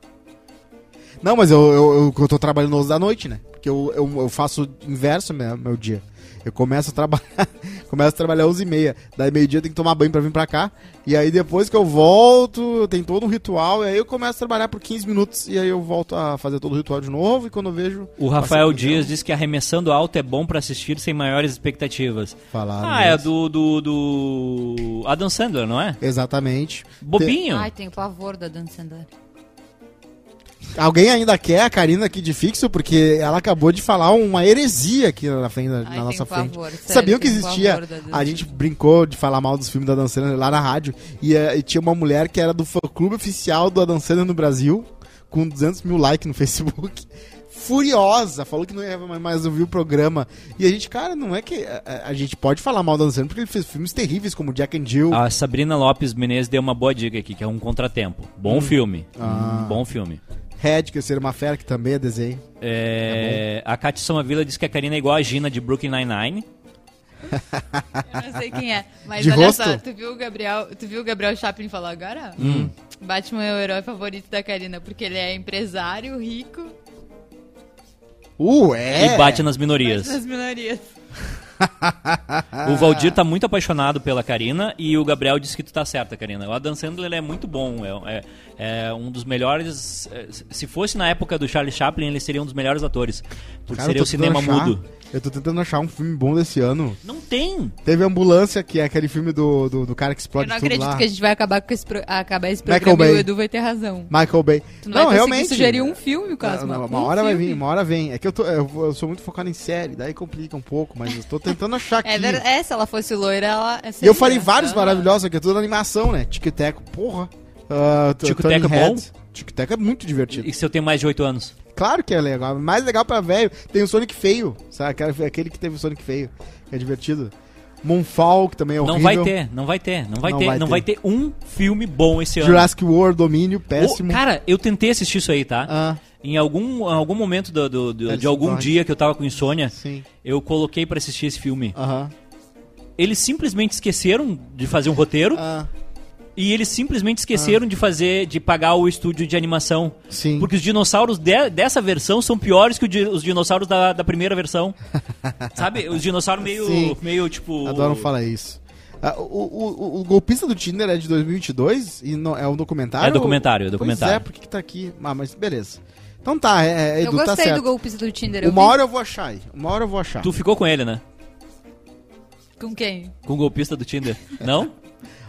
S2: Não, mas eu, eu, eu, eu tô trabalhando hoje da noite, né? Porque eu, eu, eu faço inverso meu, meu dia. Eu começo a trabalhar, começo a trabalhar às 11h30. Daí meio-dia eu tenho que tomar banho pra vir pra cá. E aí depois que eu volto, tem todo um ritual. E aí eu começo a trabalhar por 15 minutos. E aí eu volto a fazer todo o ritual de novo. E quando eu vejo...
S1: O Rafael
S2: Passa-
S1: Dias disse que arremessando alto é bom pra assistir sem maiores expectativas.
S2: Falaram
S1: Ah, é
S2: isso.
S1: do, do, do Adam Sandler, não é?
S2: Exatamente.
S1: Bobinho.
S3: Ai, tenho pavor da Dan Sandler.
S2: Alguém ainda quer a Karina aqui de fixo? Porque ela acabou de falar uma heresia aqui na, frente, na
S3: Ai,
S2: nossa
S3: tem um
S2: frente.
S3: pavor, sério,
S2: Sabiam que
S3: tem um
S2: existia.
S3: pavor da dança.
S2: A gente brincou de falar mal dos filmes da Dan Sandler lá na rádio. E, eh, e tinha uma mulher que era do fã clube oficial do Adam Sandler no Brasil, com 200 mil likes no Facebook. Furiosa, falou que não ia mais ouvir o programa. E a gente, cara, não é que. A, a- a gente pode falar mal do Dan Sandler porque ele fez filmes terríveis como Jack and Jill.
S1: A Sabrina Lopes Menezes deu uma boa dica aqui, que é um contratempo. Bom filme.
S2: Hum. Ah.
S1: Hum, Bom filme.
S2: Red, que eu ser uma fera, que também é desenho.
S1: É, a Cátia Somavila disse que a Karina é igual a Gina de Brooklyn Nine-Nine.
S6: Eu não sei quem é. Mas
S2: De
S6: olha
S2: rosto?
S6: só, tu viu o Gabriel, tu viu o Gabriel Chaplin falar agora?
S2: Hum.
S6: Batman é o herói favorito da Karina, porque ele é empresário, rico,
S2: Uh, é!
S1: E bate
S6: mas
S1: nas minorias.
S6: nas minorias.
S1: O
S2: Ah.
S1: Valdir tá muito apaixonado pela Karina e o Gabriel disse que tu tá certa, Karina. O Adam Sandler é muito bom, é, é- é um dos melhores. é, Se fosse na época do Charlie Chaplin, ele seria um dos melhores atores. Porque
S2: Cara, eu
S1: seria
S2: tô
S1: o cinema
S2: tentando achar-
S1: mudo.
S2: Eu tô tentando achar um filme bom desse ano.
S1: Não tem!
S2: Teve Ambulância, que é aquele filme do, do, do cara que
S6: Eu
S2: explode
S6: não
S2: tudo
S6: acredito
S2: lá.
S6: que a gente vai acabar com esse, pro- acabar esse
S2: Michael
S6: programa e o
S2: Bay.
S6: Edu vai ter razão.
S2: Michael Bay.
S6: Tu não, vai conseguir sugerir um filme, Cosmo.
S2: Não, não, uma
S6: Um
S2: hora vai
S6: filme.
S2: vir, uma hora vem. É que eu, tô, eu, eu sou muito focado em série, daí complica um pouco, mas eu tô tentando achar aqui.
S6: É, ver- é, se ela fosse loira, ela... é
S2: E eu
S6: né?
S2: falei vários
S6: maravilhosos.
S2: maravilhosos, aqui é tudo animação, né? Tic-Teco, porra. Ah, t-
S1: Tic Tac é
S2: Turning
S1: bom?
S2: Heads. Tic-Tac é muito divertido.
S1: E se eu tenho mais de 8 anos?
S2: Claro que é legal. Mais legal pra velho. Tem o Sonic feio, sabe? Aquele- Aquele que teve o Sonic feio. que é divertido. Moonfall, que também é horrível.
S1: Não vai ter, não vai ter, não vai
S2: Não
S1: ter,
S2: vai
S1: não
S2: ter.
S1: vai ter um filme bom esse ano.
S2: Jurassic World, Domínio,
S1: Ô,
S2: péssimo.
S1: cara, eu tentei assistir isso aí, tá?
S2: Ah,
S1: Em algum, algum momento do- do- do-
S2: Eles
S1: de algum
S2: correm.
S1: dia que eu tava com insônia,
S2: sim.
S1: eu coloquei pra assistir esse filme.
S2: Aham.
S1: Eles simplesmente esqueceram de fazer um roteiro
S2: Ah,
S1: e eles simplesmente esqueceram de fazer, de pagar o estúdio de animação.
S2: sim.
S1: Porque os dinossauros de- dessa versão são piores que o di- os dinossauros da, da primeira versão. Sabe? Os dinossauros meio,
S2: Sim.
S1: meio tipo.
S2: Adoram falar isso. Ah, o, o, o- o golpista do Tinder é de 2022 e não, é um documentário?
S1: É documentário, é
S2: Pois
S1: documentário.
S2: é, por que que tá aqui? Ah, mas beleza. Então tá, é, é,
S3: Eu
S2: Edu, tá
S3: gostei
S2: certo.
S3: do golpe do Tinder. Eu
S2: Uma
S3: vi.
S2: hora eu vou achar aí. Uma hora eu vou achar.
S1: Tu ficou com ele, né?
S6: Com quem?
S1: Com o golpista do Tinder. Não?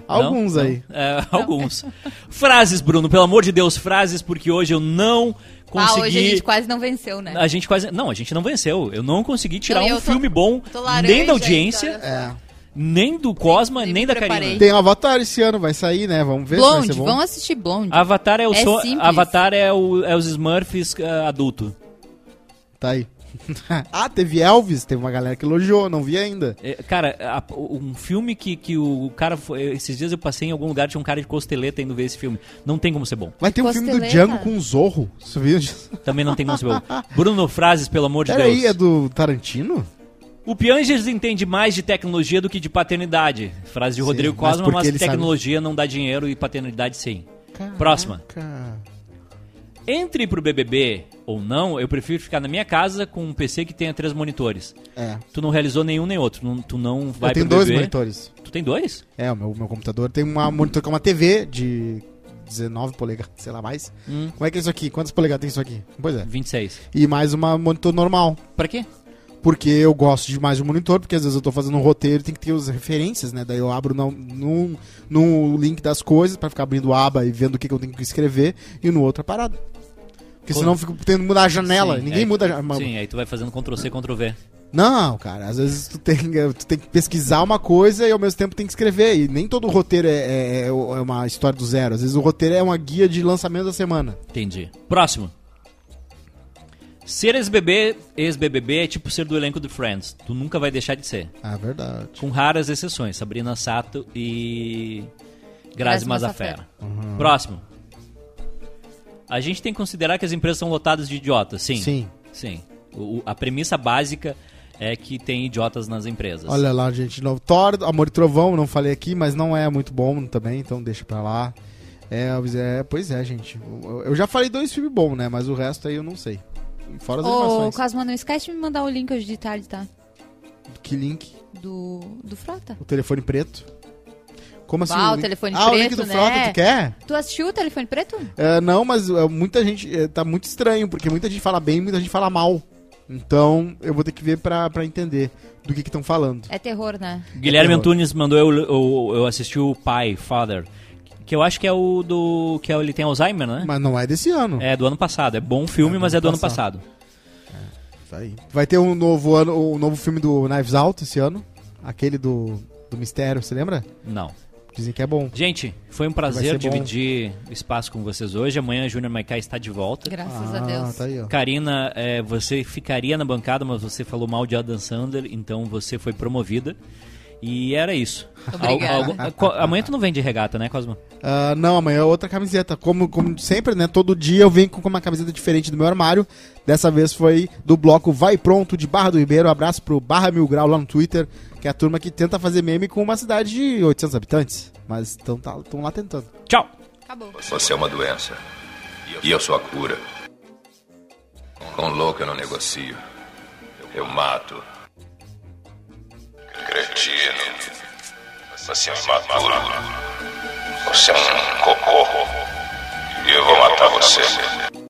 S2: Alguns
S1: Não?
S2: aí.
S1: É, alguns. frases, Bruno, pelo amor de Deus, frases, porque hoje eu não consegui.
S3: Ah, hoje a gente quase não venceu, né?
S1: A gente quase. Não, a gente não venceu. Eu não consegui tirar
S6: Não, e
S1: um
S6: eu tô-
S1: filme bom,
S6: tô laranja,
S1: nem da audiência,
S6: então,
S2: É.
S1: nem do Cosma,
S6: nem
S1: nem
S6: me
S1: da
S6: preparei.
S1: Karina.
S2: Tem Avatar esse ano, vai sair, né? Vamos ver se vai
S3: Blonde,
S2: ser bom. Ah,
S3: vão assistir Blonde.
S1: Avatar é o
S3: É
S1: so-
S3: simples.
S1: eh, Avatar é, o- é os Smurfs ah, adulto.
S2: Tá aí. ah, teve Elvis, teve uma galera que elogiou, não vi ainda.
S1: É, Cara, a- um filme que, que o cara. foi- Esses dias eu passei em algum lugar, tinha um cara de costeleta indo ver esse filme. Não tem como ser bom.
S2: Vai ter um filme do
S3: Costeleta.
S2: Django com um Zorro. Você viu?
S1: Também não tem como ser bom. Bruno Frases, pelo amor de Deus.
S2: Peraí, é do Tarantino?
S1: O Pianges entende mais de tecnologia do que de paternidade. Frase de
S2: Sim,
S1: Rodrigo
S2: mas
S1: Cosma,
S2: porque
S1: mas,
S2: ele sabe-
S1: tecnologia não dá dinheiro e paternidade sim. Próxima.
S2: Caraca.
S1: Entre pro BBB ou não, eu prefiro ficar na minha casa com um PC que tenha três monitores.
S2: É.
S1: Tu não realizou nenhum nem outro. não- tu não vai
S2: eu tenho
S1: pro
S2: dois
S1: BBB.
S2: monitores.
S1: Tu tem dois?
S2: É, o meu, meu computador tem uma monitor que é uma TV de 19 polegadas, sei lá mais.
S1: Hum.
S2: Como é que é isso aqui? Quantas polegadas tem isso aqui? Pois é.
S1: 26.
S2: E mais uma monitor normal.
S1: Pra quê?
S2: Porque eu gosto de mais de um monitor, porque às vezes eu tô fazendo um roteiro e tem que ter as referências, né? Daí eu abro no, no, no link das coisas pra ficar abrindo aba e vendo o que, que eu tenho que escrever, e no outro é parado. Porque
S1: Pô.
S2: senão eu fico tendo que mudar a janela.
S1: Sim,
S2: Ninguém
S1: aí-
S2: muda a janela.
S1: Sim, aí tu vai fazendo Ctrl C, Ctrl V.
S2: Não, cara, às vezes tu tem, tu tem que pesquisar uma coisa e ao mesmo tempo tem que escrever. E nem todo roteiro é, é- é uma história do zero. Às vezes o roteiro é uma guia de lançamento da semana.
S1: Entendi. Próximo. Ser ex-BBB ex-BBB é tipo ser do elenco do Friends. Tu nunca vai deixar de ser.
S2: Ah, verdade.
S1: Com raras exceções. Sabrina Sato e... Grazi
S3: Grazi
S1: Mazafera.
S2: Uhum.
S1: Próximo. A gente tem que considerar que as empresas são lotadas de idiotas. Sim.
S2: Sim.
S1: Sim. O- o- a premissa básica é que tem idiotas nas empresas.
S2: Olha lá, gente, de novo. Thor, Amor e Trovão, não falei aqui, mas não é muito bom também, então deixa pra lá. É, é, pois é, gente. Eu, eu já falei dois filmes bons, né? Mas o resto aí eu não sei. Fora as
S3: Ô,
S2: animações.
S3: Cosma, não esquece de me mandar o link hoje de tarde, tá?
S2: Que link?
S3: Do, do Frota.
S2: O telefone preto. Como assim?
S3: Ah, o
S2: link-
S3: telefone
S2: ah, o link
S3: preto,
S2: do
S3: né?
S2: Frota, tu quer?
S3: Tu assistiu o telefone preto?
S2: É, não, mas é, muita gente. é, tá muito estranho, porque muita gente fala bem muita gente fala mal. Então eu vou ter que ver pra, pra entender do que estão falando.
S3: É terror, né?
S1: Guilherme
S2: É terror.
S1: Antunes mandou eu, eu, eu assistir o Pai, Father. Que eu acho que é o do. que é, o- ele tem Alzheimer, né?
S2: Mas não é desse ano.
S1: É do ano passado. É bom filme,
S2: É do
S1: mas é do
S2: ano
S1: ano passado.
S2: Tá aí. Vai ter um novo ano, um novo filme do Knives Out esse ano. Aquele do, do mistério, você lembra?
S1: Não.
S2: Dizem que é bom.
S1: Gente, foi um
S2: Vai
S1: prazer
S2: ser bom.
S1: dividir o espaço com vocês hoje. Amanhã Júnior Maikai está de volta.
S3: Graças a Deus.
S2: tá aí, ó.
S1: Karina, é, você ficaria na bancada, mas você falou mal de Adam Sandler, então você foi promovida. E era isso.
S6: Obrigada.
S1: co- amanhã tu não vem de regata, né, Cosmo?
S2: Ah, não, amanhã é outra camiseta. Como, como sempre, né? Todo dia eu venho com uma camiseta diferente do meu armário. Dessa vez foi do bloco Vai Pronto de Barra do Ribeiro. Abraço pro Barra Mil Grau lá no Twitter, que é a turma que tenta fazer meme com uma cidade de 800 habitantes. Mas estão lá tentando.
S1: Tchau!
S6: Acabou.
S7: Você é uma doença. E eu sou a cura. Com louco eu não negocio. Eu mato. Cretino. Você é um imaturo. Você é um cocô. E eu vou matar você.